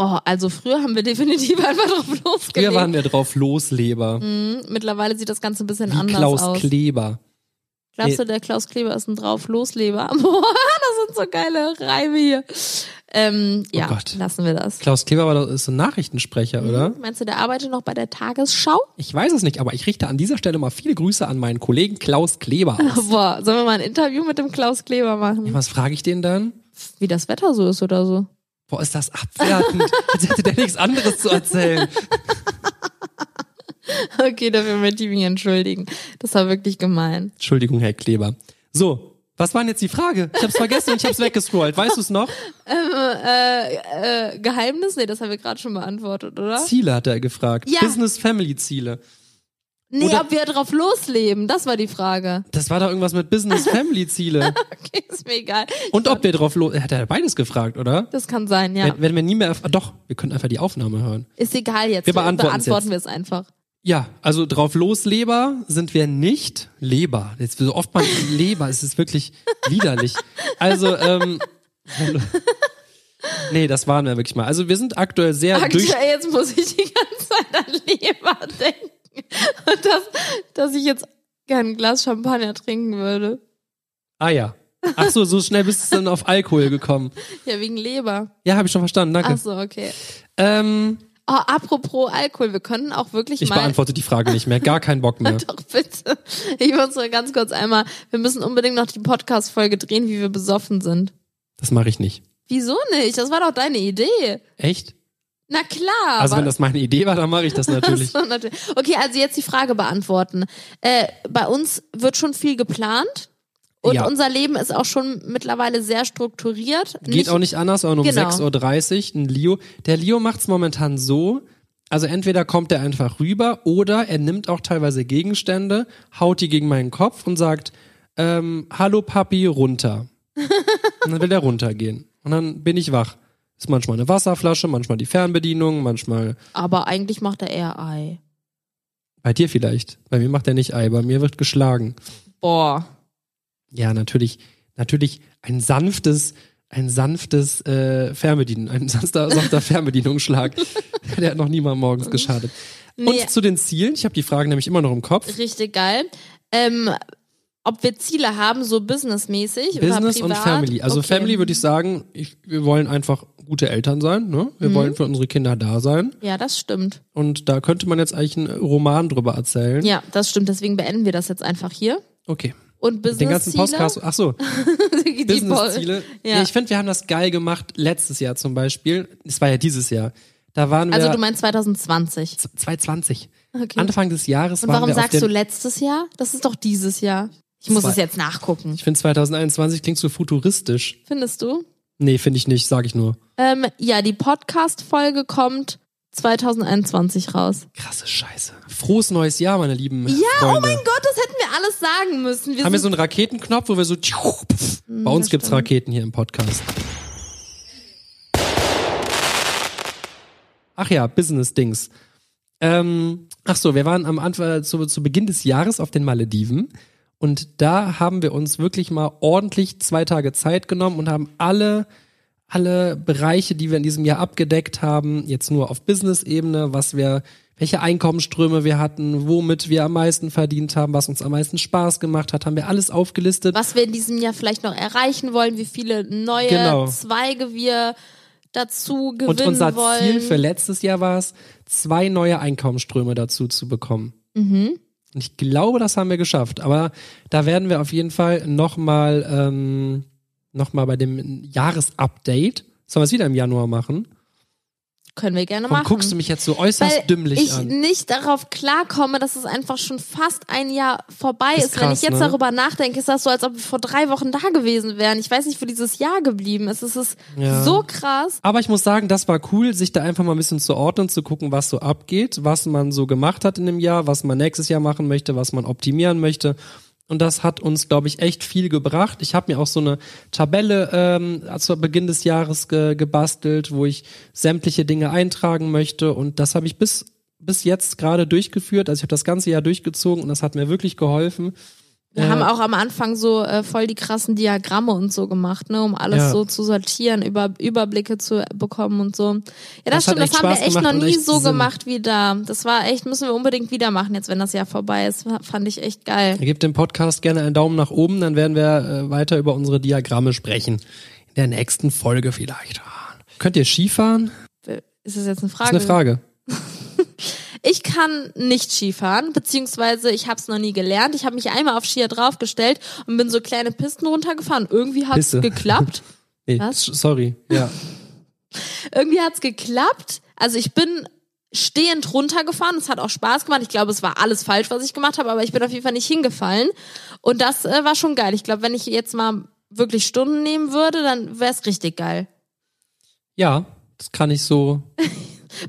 Speaker 1: Oh, also früher haben wir definitiv [laughs] einfach drauf losgelegt.
Speaker 2: Früher waren wir drauf Losleber.
Speaker 1: Mhm, Mittlerweile sieht das Ganze ein bisschen
Speaker 2: Wie
Speaker 1: anders
Speaker 2: Klaus
Speaker 1: aus.
Speaker 2: Kleber.
Speaker 1: Glaubst du, der Klaus Kleber ist ein Drauflosleber? [laughs] Boah, das sind so geile Reime hier. Ähm, ja,
Speaker 2: Oh Gott.
Speaker 1: lassen wir das.
Speaker 2: Klaus Kleber war doch, ist so ein Nachrichtensprecher,
Speaker 1: Mhm.
Speaker 2: oder?
Speaker 1: Meinst du, der arbeitet noch bei der Tagesschau? [laughs]
Speaker 2: Ich weiß es nicht, aber ich richte an dieser Stelle mal viele Grüße an meinen Kollegen Klaus Kleber aus.
Speaker 1: Boah, sollen wir mal ein Interview mit dem Klaus Kleber machen?
Speaker 2: Was frage ich den dann?
Speaker 1: Wie das Wetter so ist oder so. [laughs]
Speaker 2: Boah, ist das abwertend. Als hätte der nichts anderes zu erzählen.
Speaker 1: Okay, dafür möchte ich mich entschuldigen. Das war wirklich gemein.
Speaker 2: Entschuldigung, Herr Kleber. So, was war denn jetzt die Frage? Ich hab's vergessen und ich hab's weggescrollt. Weißt du es noch?
Speaker 1: Äh, äh, Geheimnis? Nee, das haben wir gerade schon beantwortet, oder?
Speaker 2: Ziele hat er gefragt.
Speaker 1: Oh. Ja.
Speaker 2: Business-Family-Ziele.
Speaker 1: Nee,
Speaker 2: Oder-
Speaker 1: ob wir drauf losleben, das war die Frage. [laughs]
Speaker 2: Das war doch irgendwas mit Business-Family-Ziele.
Speaker 1: Okay, ist mir egal.
Speaker 2: Und ob wir drauf los... Hat er beides gefragt, oder?
Speaker 1: Das kann sein, ja.
Speaker 2: Wenn, wenn wir nie mehr... erf- Doch, wir können einfach die Aufnahme hören.
Speaker 1: Ist egal jetzt.
Speaker 2: Wir beantworten's
Speaker 1: beantworten wir es einfach.
Speaker 2: Ja, also drauf los, Leber sind wir nicht. Leber. Jetzt so oft man Leber, es ist wirklich widerlich. Also, ähm. Nee, das waren wir wirklich mal. Also wir sind aktuell sehr durch.
Speaker 1: Aktuell, jetzt muss ich die ganze Zeit an Leber denken. Und das, dass ich jetzt gern ein Glas Champagner trinken würde.
Speaker 2: Ah ja. Ach so, so schnell bist du dann auf Alkohol gekommen.
Speaker 1: Ja, wegen Leber.
Speaker 2: Ja, habe ich schon verstanden, danke.
Speaker 1: Ach so, okay.
Speaker 2: Ähm,
Speaker 1: Oh, apropos Alkohol, wir können auch wirklich
Speaker 2: ich
Speaker 1: mal. [laughs]
Speaker 2: beantworte die Frage nicht mehr, gar keinen Bock mehr.
Speaker 1: Doch bitte. Ich muss nur ganz kurz einmal. Wir müssen unbedingt noch die Podcast-Folge drehen, wie wir besoffen sind.
Speaker 2: Das mache ich nicht.
Speaker 1: Wieso nicht? Das war doch deine Idee.
Speaker 2: Echt?
Speaker 1: Na klar.
Speaker 2: Also
Speaker 1: aber-
Speaker 2: wenn das meine Idee war, dann mache ich das natürlich.
Speaker 1: So, [laughs] natürlich. Okay, also jetzt die Frage beantworten. Äh, bei uns wird schon viel geplant und
Speaker 2: Ja.
Speaker 1: unser Leben ist auch schon mittlerweile sehr strukturiert.
Speaker 2: Geht auch nicht anders, sondern um
Speaker 1: Genau.
Speaker 2: 6.30 Uhr ein Leo. Der Leo macht's momentan so, also entweder kommt er einfach rüber oder er nimmt auch teilweise Gegenstände, haut die gegen meinen Kopf und sagt, ähm, hallo Papi, runter. Und dann will er runtergehen. Und dann bin ich wach. Ist manchmal eine Wasserflasche, manchmal die Fernbedienung, manchmal
Speaker 1: Aber eigentlich macht er eher Ei.
Speaker 2: bei dir vielleicht. Bei mir macht er nicht Ei, bei mir wird geschlagen.
Speaker 1: Boah.
Speaker 2: Ja, natürlich, natürlich ein sanftes, ein sanftes äh, Fernbedienen, ein
Speaker 1: [laughs]
Speaker 2: sanfter, sanfter Fernbedienungsschlag. Der hat noch nie mal morgens geschadet.
Speaker 1: Mhm. Nee.
Speaker 2: Und zu den Zielen, ich habe die Frage nämlich immer noch im Kopf.
Speaker 1: Richtig geil. Ähm, ob wir Ziele haben, so businessmäßig
Speaker 2: Business
Speaker 1: oder
Speaker 2: und
Speaker 1: privat?
Speaker 2: Family. Also
Speaker 1: Okay.
Speaker 2: Family würde ich sagen, ich, wir wollen einfach gute Eltern sein, ne? Wir
Speaker 1: Mhm.
Speaker 2: wollen für unsere Kinder da sein.
Speaker 1: Ja, das stimmt.
Speaker 2: Und da könnte man jetzt eigentlich einen Roman drüber erzählen.
Speaker 1: Ja, das stimmt. Deswegen beenden wir das jetzt einfach hier.
Speaker 2: Okay.
Speaker 1: Und Business
Speaker 2: Den ganzen
Speaker 1: Ziele.
Speaker 2: Podcast. Ach so,
Speaker 1: [laughs] Die
Speaker 2: Business-Ziele.
Speaker 1: [laughs] Ja.
Speaker 2: Ja. ich finde, wir haben das geil gemacht letztes Jahr zum Beispiel. Es war ja dieses Jahr. Da waren wir.
Speaker 1: Also du meinst 2020.
Speaker 2: 2020.
Speaker 1: Okay.
Speaker 2: Anfang des Jahres
Speaker 1: Und
Speaker 2: waren
Speaker 1: warum
Speaker 2: wir auf
Speaker 1: sagst du
Speaker 2: den,
Speaker 1: letztes Jahr? Das ist doch dieses Jahr. Ich muss
Speaker 2: Zwei-
Speaker 1: es jetzt nachgucken.
Speaker 2: Ich finde 2021 klingt so futuristisch.
Speaker 1: Findest du?
Speaker 2: Nee, finde ich nicht, sage ich nur.
Speaker 1: Ähm, ja, die Podcast-Folge kommt 2021 raus.
Speaker 2: Krasse Scheiße. Frohes neues Jahr, meine lieben Ja,
Speaker 1: Oh mein Gott, das hätten wir alles sagen müssen. Wir
Speaker 2: Haben wir
Speaker 1: sind Hm,
Speaker 2: so einen Raketenknopf, wo wir so Bei uns
Speaker 1: das
Speaker 2: gibt's
Speaker 1: stimmt.
Speaker 2: Raketen hier im Podcast. Ach ja, Business Dings. Ähm, ach so, wir waren am Anfang zu, zu Beginn des Jahres auf den Malediven und da haben wir uns wirklich mal ordentlich zwei Tage Zeit genommen und haben alle alle Bereiche, die wir in diesem Jahr abgedeckt haben, jetzt nur auf Business-Ebene, was wir, welche Einkommensströme wir hatten, womit wir am meisten verdient haben, was uns am meisten Spaß gemacht hat, haben wir alles aufgelistet.
Speaker 1: was wir in diesem Jahr vielleicht noch erreichen wollen, wie viele neue
Speaker 2: Genau.
Speaker 1: Zweige wir dazu gewinnen
Speaker 2: Und unser
Speaker 1: wollen.
Speaker 2: Ziel für letztes Jahr war es, zwei neue Einkommensströme dazu zu bekommen.
Speaker 1: Mhm.
Speaker 2: Und ich glaube, das haben wir geschafft. Aber da werden wir auf jeden Fall nochmal ähm, noch mal bei dem Jahresupdate, sollen wir es wieder im Januar machen?
Speaker 1: Können wir gerne
Speaker 2: Warum
Speaker 1: machen.
Speaker 2: guckst du mich jetzt so äußerst
Speaker 1: weil
Speaker 2: dümmlich
Speaker 1: ich
Speaker 2: an?
Speaker 1: nicht darauf klarkomme, dass es einfach schon fast ein Jahr vorbei ist.
Speaker 2: Ist
Speaker 1: Wenn
Speaker 2: krass,
Speaker 1: ich jetzt
Speaker 2: ne?
Speaker 1: darüber nachdenke, ist das so, als ob wir vor drei Wochen da gewesen wären. Ich weiß nicht, wo dieses Jahr geblieben ist. Es ist
Speaker 2: Ja.
Speaker 1: so krass.
Speaker 2: Aber ich muss sagen, das war cool, sich da einfach mal ein bisschen zu ordnen, zu gucken, was so abgeht, was man so gemacht hat in dem Jahr, was man nächstes Jahr machen möchte, was man optimieren möchte. Und das hat uns, glaube ich, echt viel gebracht. Ich habe mir auch so eine Tabelle ähm, zu Beginn des Jahres ge gebastelt, wo ich sämtliche Dinge eintragen möchte. Und das habe ich bis, bis jetzt gerade durchgeführt. Also ich habe das ganze Jahr durchgezogen und das hat mir wirklich geholfen.
Speaker 1: Wir haben auch am Anfang so äh, voll die krassen Diagramme und so gemacht, ne, um alles
Speaker 2: Ja.
Speaker 1: so zu sortieren, über Überblicke zu bekommen und so. Ja,
Speaker 2: Das
Speaker 1: das,
Speaker 2: hat
Speaker 1: stimmt, das
Speaker 2: echt
Speaker 1: haben
Speaker 2: Spaß
Speaker 1: wir echt
Speaker 2: gemacht
Speaker 1: noch
Speaker 2: und
Speaker 1: nie
Speaker 2: echt
Speaker 1: so
Speaker 2: Sinn.
Speaker 1: gemacht wie da. Das war echt, müssen wir unbedingt wieder machen, jetzt wenn das Jahr vorbei ist. Fand ich echt geil.
Speaker 2: Gebt dem Podcast gerne einen Daumen nach oben, dann werden wir äh, weiter über unsere Diagramme sprechen. In der nächsten Folge vielleicht. Könnt ihr Skifahren?
Speaker 1: Ist das jetzt eine
Speaker 2: Das
Speaker 1: Frage?
Speaker 2: ist eine Frage.
Speaker 1: Ich kann nicht Skifahren, beziehungsweise ich habe es noch nie gelernt. Ich habe mich einmal auf Skier draufgestellt und bin so kleine Pisten runtergefahren. Irgendwie hat es
Speaker 2: Pisse. [laughs]
Speaker 1: geklappt.
Speaker 2: Nee,
Speaker 1: Was?
Speaker 2: s- Sorry. Ja.
Speaker 1: irgendwie hat's geklappt. Also ich bin stehend runtergefahren. Es hat auch Spaß gemacht. Ich glaube, es war alles falsch, was ich gemacht habe, aber ich bin auf jeden Fall nicht hingefallen. Und das äh, war schon geil. Ich glaube, wenn ich jetzt mal wirklich Stunden nehmen würde, dann wäre es richtig geil.
Speaker 2: ja, das kann ich so.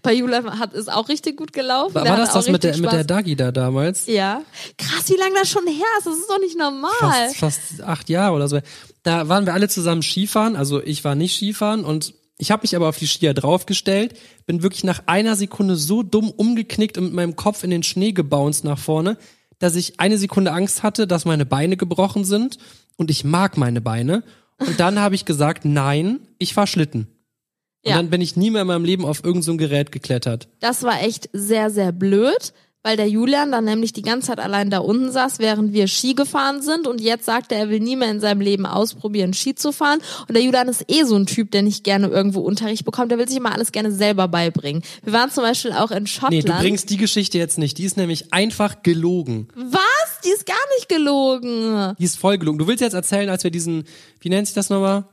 Speaker 1: Bei Jula hat es auch richtig gut gelaufen.
Speaker 2: War,
Speaker 1: Da
Speaker 2: war
Speaker 1: hat
Speaker 2: das
Speaker 1: auch
Speaker 2: das mit der,
Speaker 1: richtig
Speaker 2: mit der
Speaker 1: Spaß-
Speaker 2: Dagi da damals?
Speaker 1: Ja. Krass, wie lange das schon her ist. Das ist doch nicht normal.
Speaker 2: fast, fast acht Jahre oder so. Da waren wir alle zusammen Skifahren, also ich war nicht Skifahren und ich habe mich aber auf die Skier draufgestellt, bin wirklich nach einer Sekunde so dumm umgeknickt und mit meinem Kopf in den Schnee gebounced nach vorne, dass ich eine Sekunde Angst hatte, dass meine Beine gebrochen sind und ich mag meine Beine. Und dann habe ich gesagt, nein, ich fahr Schlitten. Und
Speaker 1: Ja.
Speaker 2: dann bin ich nie mehr in meinem Leben auf irgendein so ein Gerät geklettert.
Speaker 1: Das war echt sehr, sehr blöd, weil der Julian dann nämlich die ganze Zeit allein da unten saß, während wir Ski gefahren sind und jetzt sagt er, er will nie mehr in seinem Leben ausprobieren, Ski zu fahren. Und der Julian ist eh so ein Typ, der nicht gerne irgendwo Unterricht bekommt, der will sich immer alles gerne selber beibringen. Wir waren zum Beispiel auch in
Speaker 2: Nee,
Speaker 1: Schottland.
Speaker 2: du bringst die Geschichte jetzt nicht. Die ist nämlich einfach gelogen.
Speaker 1: Was? Die ist gar nicht gelogen.
Speaker 2: Die ist voll gelungen. Du willst jetzt erzählen, als wir diesen, wie nennt sich das nochmal?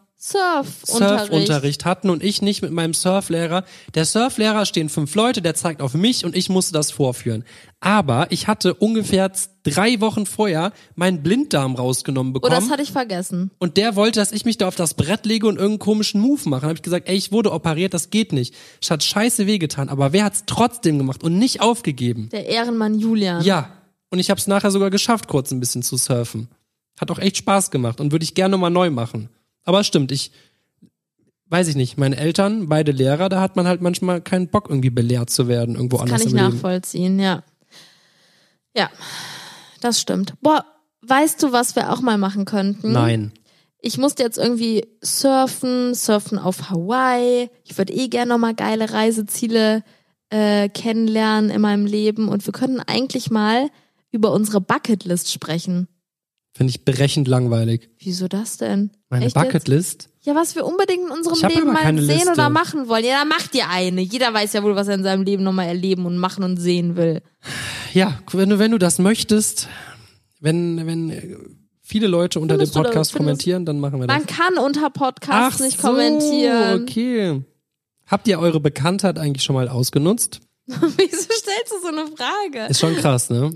Speaker 1: Surfunterricht.
Speaker 2: Surfunterricht hatten und ich nicht mit meinem Surflehrer. Der Surflehrer stehen fünf Leute, der zeigt auf mich und ich musste das vorführen. Aber ich hatte ungefähr z- drei Wochen vorher meinen Blinddarm rausgenommen
Speaker 1: Oh, das
Speaker 2: bekommen
Speaker 1: hatte ich vergessen.
Speaker 2: und der wollte, dass ich mich da auf das Brett lege und irgendeinen komischen Move mache. Dann habe ich gesagt, ey, ich wurde operiert, das geht nicht. Es hat scheiße wehgetan, aber wer hat's trotzdem gemacht und nicht aufgegeben?
Speaker 1: Der Ehrenmann Julian.
Speaker 2: Ja. Und ich habe es nachher sogar geschafft, kurz ein bisschen zu surfen. Hat auch echt Spaß gemacht und würde ich gerne nochmal neu machen. Aber stimmt, ich weiß ich nicht, meine Eltern, beide Lehrer, da hat man halt manchmal keinen Bock, irgendwie belehrt zu werden, irgendwo
Speaker 1: Das
Speaker 2: anders
Speaker 1: kann ich
Speaker 2: im Leben.
Speaker 1: nachvollziehen, ja. Ja, das stimmt. Boah, weißt du, was wir auch mal machen könnten?
Speaker 2: Nein.
Speaker 1: Ich musste jetzt irgendwie surfen, surfen auf Hawaii. Ich würde eh gerne nochmal geile Reiseziele äh, kennenlernen in meinem Leben. Und wir könnten eigentlich mal über unsere Bucketlist sprechen.
Speaker 2: Finde ich berechend langweilig.
Speaker 1: Wieso das denn?
Speaker 2: Meine
Speaker 1: Echt jetzt?
Speaker 2: Bucketlist?
Speaker 1: Ja, was wir unbedingt in unserem
Speaker 2: Ich hab
Speaker 1: Leben
Speaker 2: aber
Speaker 1: mal
Speaker 2: keine
Speaker 1: sehen
Speaker 2: Liste.
Speaker 1: oder machen wollen. Ja, dann macht ihr eine. Jeder weiß ja wohl, was er in seinem Leben nochmal erleben und machen und sehen will.
Speaker 2: Ja, wenn du, wenn du das möchtest, wenn, wenn äh, viele Leute unter
Speaker 1: Findest
Speaker 2: dem
Speaker 1: du da-
Speaker 2: Podcast
Speaker 1: findest-
Speaker 2: kommentieren, dann machen wir das.
Speaker 1: Man kann unter Podcasts nicht
Speaker 2: so,
Speaker 1: kommentieren.
Speaker 2: okay. Habt ihr eure Bekanntheit eigentlich schon mal ausgenutzt?
Speaker 1: [laughs] Wieso stellst du so eine Frage?
Speaker 2: Ist schon krass, ne?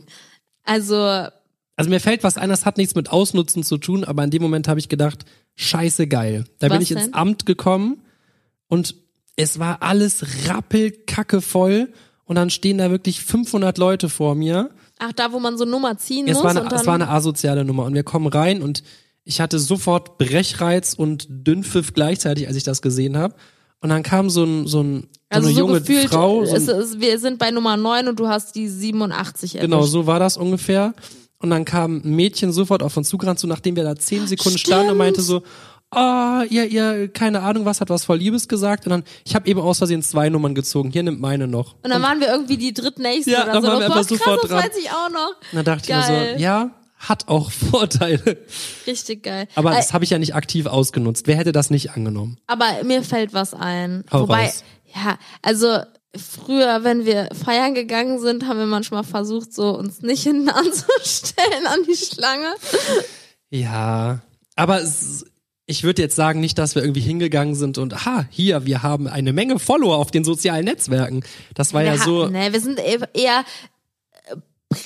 Speaker 1: Also,
Speaker 2: Also mir fällt was ein, das hat nichts mit Ausnutzen zu tun, aber in dem Moment habe ich gedacht, scheiße geil. Da bin
Speaker 1: Was
Speaker 2: ich ins
Speaker 1: denn?
Speaker 2: Amt gekommen und es war alles rappelkacke voll und dann stehen da wirklich 500 Leute vor mir.
Speaker 1: ach, da, wo man so Nummer ziehen
Speaker 2: Es
Speaker 1: muss
Speaker 2: war, eine,
Speaker 1: und dann.
Speaker 2: es war eine asoziale Nummer und wir kommen rein und ich hatte sofort Brechreiz und Dünnpfiff gleichzeitig, als ich das gesehen habe. Und dann kam so, ein, so, ein, so
Speaker 1: also
Speaker 2: eine
Speaker 1: so
Speaker 2: junge
Speaker 1: gefühlt,
Speaker 2: Frau, so ein
Speaker 1: es ist, wir sind bei Nummer 9 und du hast die 87 erwischt.
Speaker 2: Genau, so war das ungefähr. Und dann kam ein Mädchen sofort auf uns zugerannt, so nachdem wir da zehn Sekunden standen und
Speaker 1: Stimmt.
Speaker 2: meinte so, ah, ihr, ihr, keine Ahnung was, hat was voll Liebes gesagt. Und dann, ich habe eben aus Versehen zwei Nummern gezogen. Hier nimmt meine noch.
Speaker 1: Und dann waren wir irgendwie die drittnächsten
Speaker 2: Ja,
Speaker 1: oder
Speaker 2: dann
Speaker 1: so.
Speaker 2: waren wir
Speaker 1: Boah,
Speaker 2: einfach sofort
Speaker 1: krass,
Speaker 2: dran.
Speaker 1: das weiß ich auch noch.
Speaker 2: Und dann dachte ich mir
Speaker 1: Geil.
Speaker 2: so, ja, hat auch [laughs] Vorteile.
Speaker 1: Richtig geil.
Speaker 2: Aber
Speaker 1: Äh,
Speaker 2: das habe ich ja nicht aktiv ausgenutzt. Wer hätte das nicht angenommen?
Speaker 1: Aber mir fällt was ein.
Speaker 2: Hau
Speaker 1: Wobei,
Speaker 2: raus.
Speaker 1: ja, also früher, wenn wir feiern gegangen sind, haben wir manchmal versucht, so uns nicht hinten [laughs] anzustellen an die Schlange.
Speaker 2: Ja, aber es, ich würde jetzt sagen, nicht, dass wir irgendwie hingegangen sind und, ha, hier, wir haben eine Menge Follower auf den sozialen Netzwerken. Das war ja
Speaker 1: wir
Speaker 2: so,
Speaker 1: hatten, ne, wir sind eher eher, äh,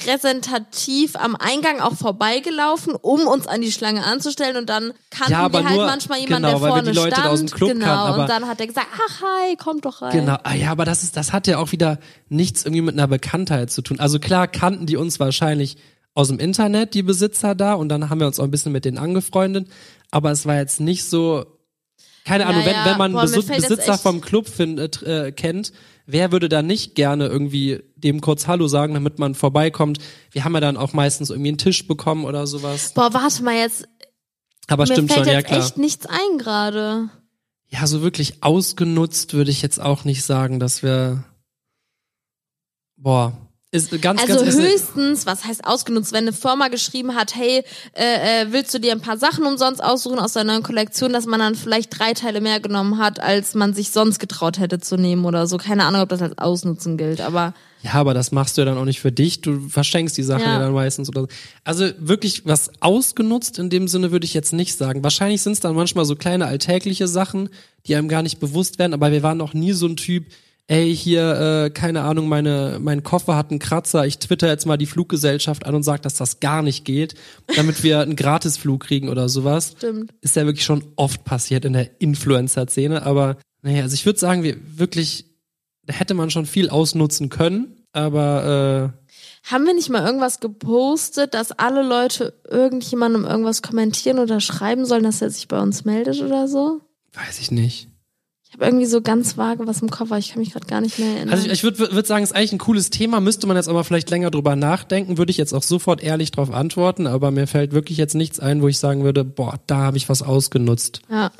Speaker 1: präsentativ am Eingang auch vorbeigelaufen, um uns an die Schlange anzustellen und dann kannten
Speaker 2: Ja, aber
Speaker 1: wir halt
Speaker 2: nur-
Speaker 1: manchmal jemanden,
Speaker 2: genau,
Speaker 1: der
Speaker 2: weil wir
Speaker 1: vorne
Speaker 2: die Leute da
Speaker 1: stand.
Speaker 2: aus dem Club
Speaker 1: genau,
Speaker 2: kannten, aber-
Speaker 1: und dann hat er gesagt, ach hi, kommt doch rein.
Speaker 2: Genau, ah, ja, aber das ist, das hat ja auch wieder nichts irgendwie mit einer Bekanntheit zu tun. Also klar kannten die uns wahrscheinlich aus dem Internet, die Besitzer da, und dann haben wir uns auch ein bisschen mit denen angefreundet. Aber es war jetzt nicht so, keine Ahnung,
Speaker 1: Naja,
Speaker 2: wenn, wenn man
Speaker 1: boah, mir
Speaker 2: Besu-
Speaker 1: fällt das
Speaker 2: Besitzer
Speaker 1: echt-
Speaker 2: vom Club findet, äh, kennt, wer würde da nicht gerne irgendwie dem kurz Hallo sagen, damit man vorbeikommt? Wir haben ja dann auch meistens irgendwie einen Tisch bekommen oder sowas.
Speaker 1: Boah, warte mal jetzt.
Speaker 2: Aber
Speaker 1: Mir
Speaker 2: stimmt
Speaker 1: fällt
Speaker 2: schon, ja
Speaker 1: jetzt
Speaker 2: klar.
Speaker 1: echt nichts ein gerade.
Speaker 2: Ja, so wirklich ausgenutzt würde ich jetzt auch nicht sagen, dass wir. Boah. Ist ganz,
Speaker 1: Also
Speaker 2: ganz ist-
Speaker 1: höchstens, was heißt ausgenutzt, wenn eine Firma geschrieben hat, hey, äh, äh, willst du dir ein paar Sachen umsonst aussuchen aus deiner neuen Kollektion, dass man dann vielleicht drei Teile mehr genommen hat, als man sich sonst getraut hätte zu nehmen oder so. Keine Ahnung, ob das als Ausnutzen gilt, aber
Speaker 2: Ja, aber das machst du ja dann auch nicht für dich. Du verschenkst die Sachen ja,
Speaker 1: Ja.
Speaker 2: dann meistens oder so. Also wirklich was ausgenutzt in dem Sinne würde ich jetzt nicht sagen. Wahrscheinlich sind es dann manchmal so kleine alltägliche Sachen, die einem gar nicht bewusst werden, aber wir waren auch nie so ein Typ, ey, hier, äh, keine Ahnung, meine, mein Koffer hat einen Kratzer, ich twitter jetzt mal die Fluggesellschaft an und sag, dass das gar nicht geht, damit wir einen Gratisflug kriegen oder sowas.
Speaker 1: stimmt.
Speaker 2: ist ja wirklich schon oft passiert in der Influencer-Szene, aber naja, also ich würde sagen, wir wirklich, da hätte man schon viel ausnutzen können, aber äh,
Speaker 1: Haben wir nicht mal irgendwas gepostet, dass alle Leute irgendjemandem irgendwas kommentieren oder schreiben sollen, dass er sich bei uns meldet oder so?
Speaker 2: äh, weiß ich nicht.
Speaker 1: Ich habe irgendwie so ganz vage was im Koffer, ich kann mich gerade gar nicht mehr erinnern.
Speaker 2: Also ich, ich würde würd sagen, ist eigentlich ein cooles Thema, müsste man jetzt aber vielleicht länger drüber nachdenken, würde ich jetzt auch sofort ehrlich drauf antworten, aber mir fällt wirklich jetzt nichts ein, wo ich sagen würde, boah, da habe ich was ausgenutzt.
Speaker 1: ja,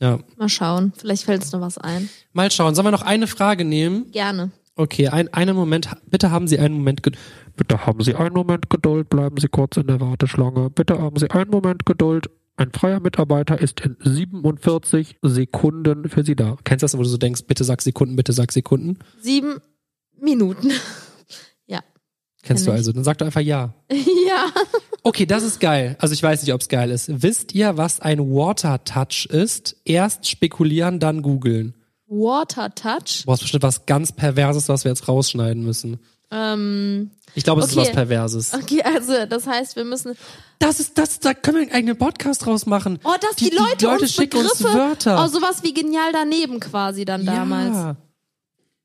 Speaker 2: Ja.
Speaker 1: mal schauen. Vielleicht fällt uns noch was ein.
Speaker 2: Mal schauen, sollen wir noch eine Frage nehmen?
Speaker 1: Gerne.
Speaker 2: Okay, ein, einen Moment, bitte haben Sie einen Moment, Ge-
Speaker 3: Bitte haben Sie einen Moment Geduld, bleiben Sie kurz in der Warteschlange. Bitte haben Sie einen Moment Geduld. Ein freier Mitarbeiter ist in 47 Sekunden für Sie da.
Speaker 2: kennst du das, wo du so denkst, bitte sag Sekunden, bitte sag Sekunden?
Speaker 1: Sieben Minuten.
Speaker 2: Kennst du
Speaker 1: Kenn ich.
Speaker 2: also, dann sag doch einfach ja.
Speaker 1: [laughs] ja.
Speaker 2: Okay, das ist geil. Also ich weiß nicht, ob's geil ist. Wisst ihr, was ein Water Touch ist? Erst spekulieren, dann googeln.
Speaker 1: Water Touch.
Speaker 2: Boah, ist bestimmt was ganz Perverses, was wir jetzt rausschneiden müssen.
Speaker 1: Ähm,
Speaker 2: Ich glaube, es
Speaker 1: Okay.
Speaker 2: ist was Perverses.
Speaker 1: okay, also das heißt, wir müssen.
Speaker 2: Das ist, das, da können wir einen eigenen Podcast draus machen.
Speaker 1: Oh, dass die, Leute, uns
Speaker 2: schicken
Speaker 1: Begriffe,
Speaker 2: uns Wörter.
Speaker 1: Oh, sowas wie genial daneben quasi dann damals.
Speaker 2: Ja.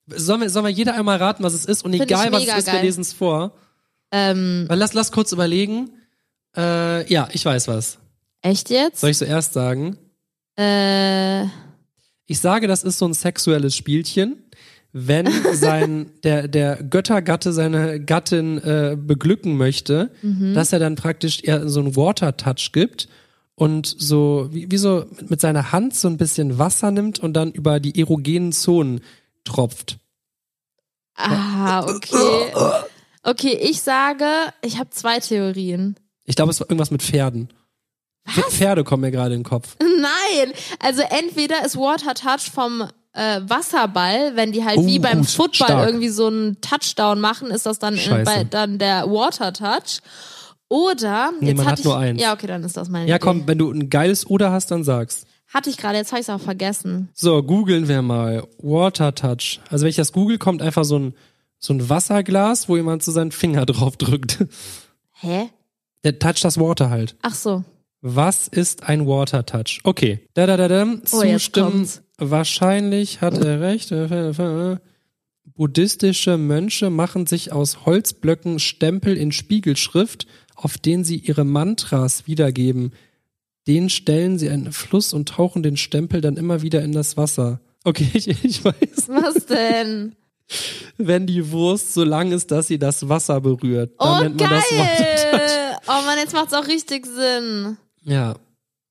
Speaker 2: Sollen wir, sollen wir jeder einmal raten, was es ist? Und
Speaker 1: Find
Speaker 2: egal,
Speaker 1: ich
Speaker 2: was es
Speaker 1: mega
Speaker 2: ist, wir
Speaker 1: geil.
Speaker 2: lesen es vor.
Speaker 1: Ähm,
Speaker 2: Weil Lass, lass kurz überlegen. Äh, ja, ich weiß was.
Speaker 1: echt jetzt?
Speaker 2: Soll ich zuerst sagen?
Speaker 1: äh,
Speaker 2: Ich sage, das ist so ein sexuelles Spielchen. Wenn sein, der, der Göttergatte seine Gattin äh, beglücken möchte, dass er dann praktisch ihr so einen Water-Touch gibt und so, wie, wie so mit, mit seiner Hand so ein bisschen Wasser nimmt und dann über die erogenen Zonen tropft.
Speaker 1: ah,
Speaker 2: [laughs]
Speaker 1: okay. Okay, ich sage, ich habe zwei Theorien.
Speaker 2: Ich glaube, es war irgendwas mit Pferden. Pferde kommen mir gerade in den Kopf.
Speaker 1: [laughs] Nein, also entweder ist Water Touch vom äh, Wasserball, wenn die halt
Speaker 2: Oh,
Speaker 1: wie beim
Speaker 2: gut,
Speaker 1: Football
Speaker 2: stark.
Speaker 1: irgendwie so einen Touchdown machen, ist das dann,
Speaker 2: Scheiße.
Speaker 1: in, bei, dann der Water Touch. Oder
Speaker 2: Nee,
Speaker 1: jetzt
Speaker 2: man
Speaker 1: hatte
Speaker 2: hat
Speaker 1: ich,
Speaker 2: nur eins.
Speaker 1: Ja, okay, dann ist das meine
Speaker 2: Ja,
Speaker 1: Idee.
Speaker 2: komm, wenn du ein geiles Oder hast, dann sag's.
Speaker 1: Hatte ich gerade, jetzt habe ich es auch vergessen.
Speaker 2: So, googeln wir mal. Water Touch. Also wenn ich das google, kommt einfach so ein, so ein Wasserglas, wo jemand so seinen Finger [laughs] drauf drückt.
Speaker 1: Hä?
Speaker 2: Der toucht das Water halt.
Speaker 1: Ach so.
Speaker 2: Was ist ein Water Touch? Okay. Da, da, da, da.
Speaker 1: Oh, jetzt
Speaker 2: Zustimmen.
Speaker 1: kommt's.
Speaker 2: Wahrscheinlich hat er recht. Buddhistische Mönche machen sich aus Holzblöcken Stempel in Spiegelschrift, auf denen sie ihre Mantras wiedergeben. Den stellen sie einen Fluss und tauchen den Stempel dann immer wieder in das Wasser. Okay, ich, ich weiß.
Speaker 1: Was
Speaker 2: [laughs]
Speaker 1: denn?
Speaker 2: Wenn die Wurst so lang ist, dass sie das Wasser berührt, dann
Speaker 1: oh,
Speaker 2: nennt man das Water Touch.
Speaker 1: geil! Oh Mann, jetzt macht's auch richtig Sinn.
Speaker 2: Ja.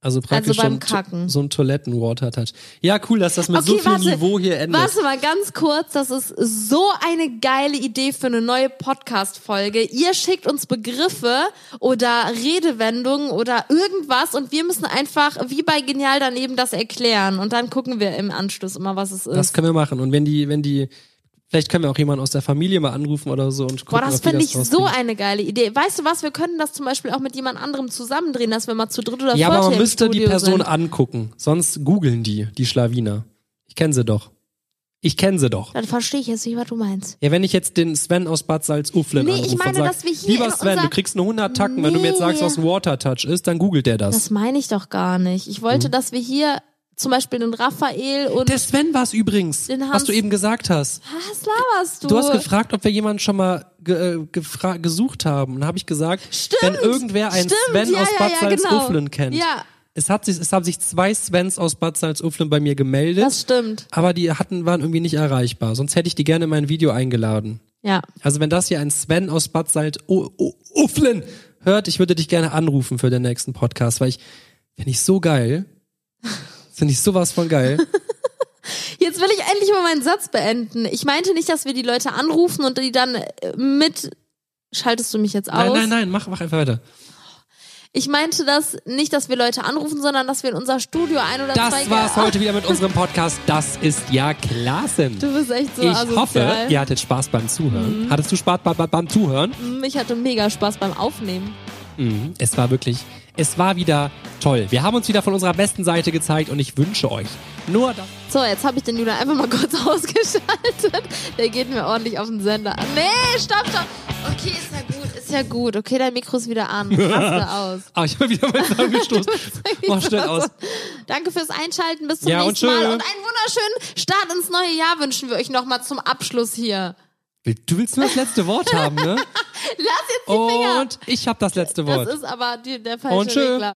Speaker 2: Also praktisch
Speaker 1: Also beim
Speaker 2: so ein, To-
Speaker 1: Kacken.
Speaker 2: So ein Toiletten-Water-Touch. Ja, cool, dass das mit so
Speaker 1: Okay,
Speaker 2: viel
Speaker 1: warte.
Speaker 2: Niveau hier endet.
Speaker 1: Warte mal ganz kurz, das ist so eine geile Idee für eine neue Podcast-Folge. Ihr schickt uns Begriffe oder Redewendungen oder irgendwas und wir müssen einfach wie bei Genial daneben das erklären und dann gucken wir im Anschluss immer, was es ist.
Speaker 2: Das können wir machen. Und wenn die, wenn die, vielleicht können wir auch jemanden aus der Familie mal anrufen oder so und
Speaker 1: Boah,
Speaker 2: gucken,
Speaker 1: das
Speaker 2: ob die
Speaker 1: finde ich
Speaker 2: das
Speaker 1: so
Speaker 2: rauskriegen.
Speaker 1: eine geile Idee. Weißt du was, wir können das zum Beispiel auch mit jemand anderem zusammendrehen, dass wir mal zu dritt oder
Speaker 2: Ja,
Speaker 1: viert
Speaker 2: aber man
Speaker 1: hier im
Speaker 2: müsste die
Speaker 1: Studio
Speaker 2: Person
Speaker 1: sind.
Speaker 2: angucken. Sonst googeln die, die Schlawiner. Ich kenne sie doch. Ich kenne sie doch.
Speaker 1: Dann verstehe ich jetzt nicht, was du meinst.
Speaker 2: Ja, wenn ich jetzt den Sven aus Bad Salzuflen
Speaker 1: Nee, ich
Speaker 2: anrufe und
Speaker 1: meine,
Speaker 2: sag,
Speaker 1: dass wir hier
Speaker 2: lieber
Speaker 1: in
Speaker 2: Sven,
Speaker 1: unser-
Speaker 2: du kriegst eine 100 Tacken, wenn du mir jetzt sagst,
Speaker 1: Nee.
Speaker 2: was ein Water-Touch ist, dann googelt der das. Hm.
Speaker 1: Das meine ich doch gar nicht. Ich wollte, dass wir hier zum Beispiel den Raphael und
Speaker 2: Der Sven war es übrigens,
Speaker 1: Den
Speaker 2: was
Speaker 1: Hans-
Speaker 2: du eben gesagt hast.
Speaker 1: was laberst du?
Speaker 2: Du hast gefragt, ob wir jemanden schon mal ge äh, gefra- gesucht haben. Und da habe ich gesagt,
Speaker 1: Stimmt.
Speaker 2: wenn irgendwer einen
Speaker 1: Stimmt.
Speaker 2: Sven
Speaker 1: Ja,
Speaker 2: aus
Speaker 1: ja,
Speaker 2: Bad
Speaker 1: ja,
Speaker 2: Salzuflen
Speaker 1: genau.
Speaker 2: kennt.
Speaker 1: Ja.
Speaker 2: Es, hat sich, es haben sich zwei Svens aus Bad Salzuflen bei mir gemeldet,
Speaker 1: das stimmt.
Speaker 2: aber die hatten, waren irgendwie nicht erreichbar. Sonst hätte ich die gerne in mein Video eingeladen.
Speaker 1: Ja.
Speaker 2: Also wenn das hier ein Sven aus Bad Salzuflen hört, ich würde dich gerne anrufen für den nächsten Podcast, weil ich finde ich
Speaker 1: [laughs]
Speaker 2: so geil. Finde ich sowas von geil.
Speaker 1: Jetzt will ich endlich mal meinen Satz beenden. Ich meinte nicht, dass wir die Leute anrufen und die dann äh, mit. Schaltest du mich jetzt aus?
Speaker 2: nein, nein, nein, mach, mach einfach weiter.
Speaker 1: Ich meinte das nicht, dass wir Leute anrufen, sondern dass wir in unser Studio ein oder zwei.
Speaker 2: Das
Speaker 1: Gä-
Speaker 2: war's [laughs] heute wieder mit unserem Podcast. Das ist ja klassen.
Speaker 1: Du bist echt so
Speaker 2: ich
Speaker 1: asozial.
Speaker 2: hoffe, ihr hattet Spaß beim Zuhören. Hattest du Spaß beim, beim, beim Zuhören?
Speaker 1: Mm, Ich hatte mega Spaß beim Aufnehmen.
Speaker 2: Mhm. Es war wirklich, es war wieder toll. Wir haben uns wieder von unserer besten Seite gezeigt und ich wünsche euch nur das.
Speaker 1: So, jetzt habe ich den Julian einfach mal [laughs] kurz ausgeschaltet. Der geht mir ordentlich auf den Sender. Nee, stopp, stopp. Okay, ist ja gut, ist ja gut. Okay, dein Mikro ist wieder an.
Speaker 2: [laughs]
Speaker 1: Raste aus.
Speaker 2: Ah, ich habe wieder mal zusammengestoßen. Mach schnell aus.
Speaker 1: Danke fürs Einschalten. Bis zum
Speaker 2: Ja, und
Speaker 1: nächsten Mal.
Speaker 2: tschö.
Speaker 1: Und einen wunderschönen Start ins neue Jahr wünschen wir euch nochmal zum Abschluss hier.
Speaker 2: [laughs] Du willst nur das letzte Wort [laughs] haben, ne?
Speaker 1: Lass jetzt die Finger.
Speaker 2: Und ich habe das letzte Wort.
Speaker 1: Das ist aber die, der falsche
Speaker 2: Und tschö.
Speaker 1: Regler.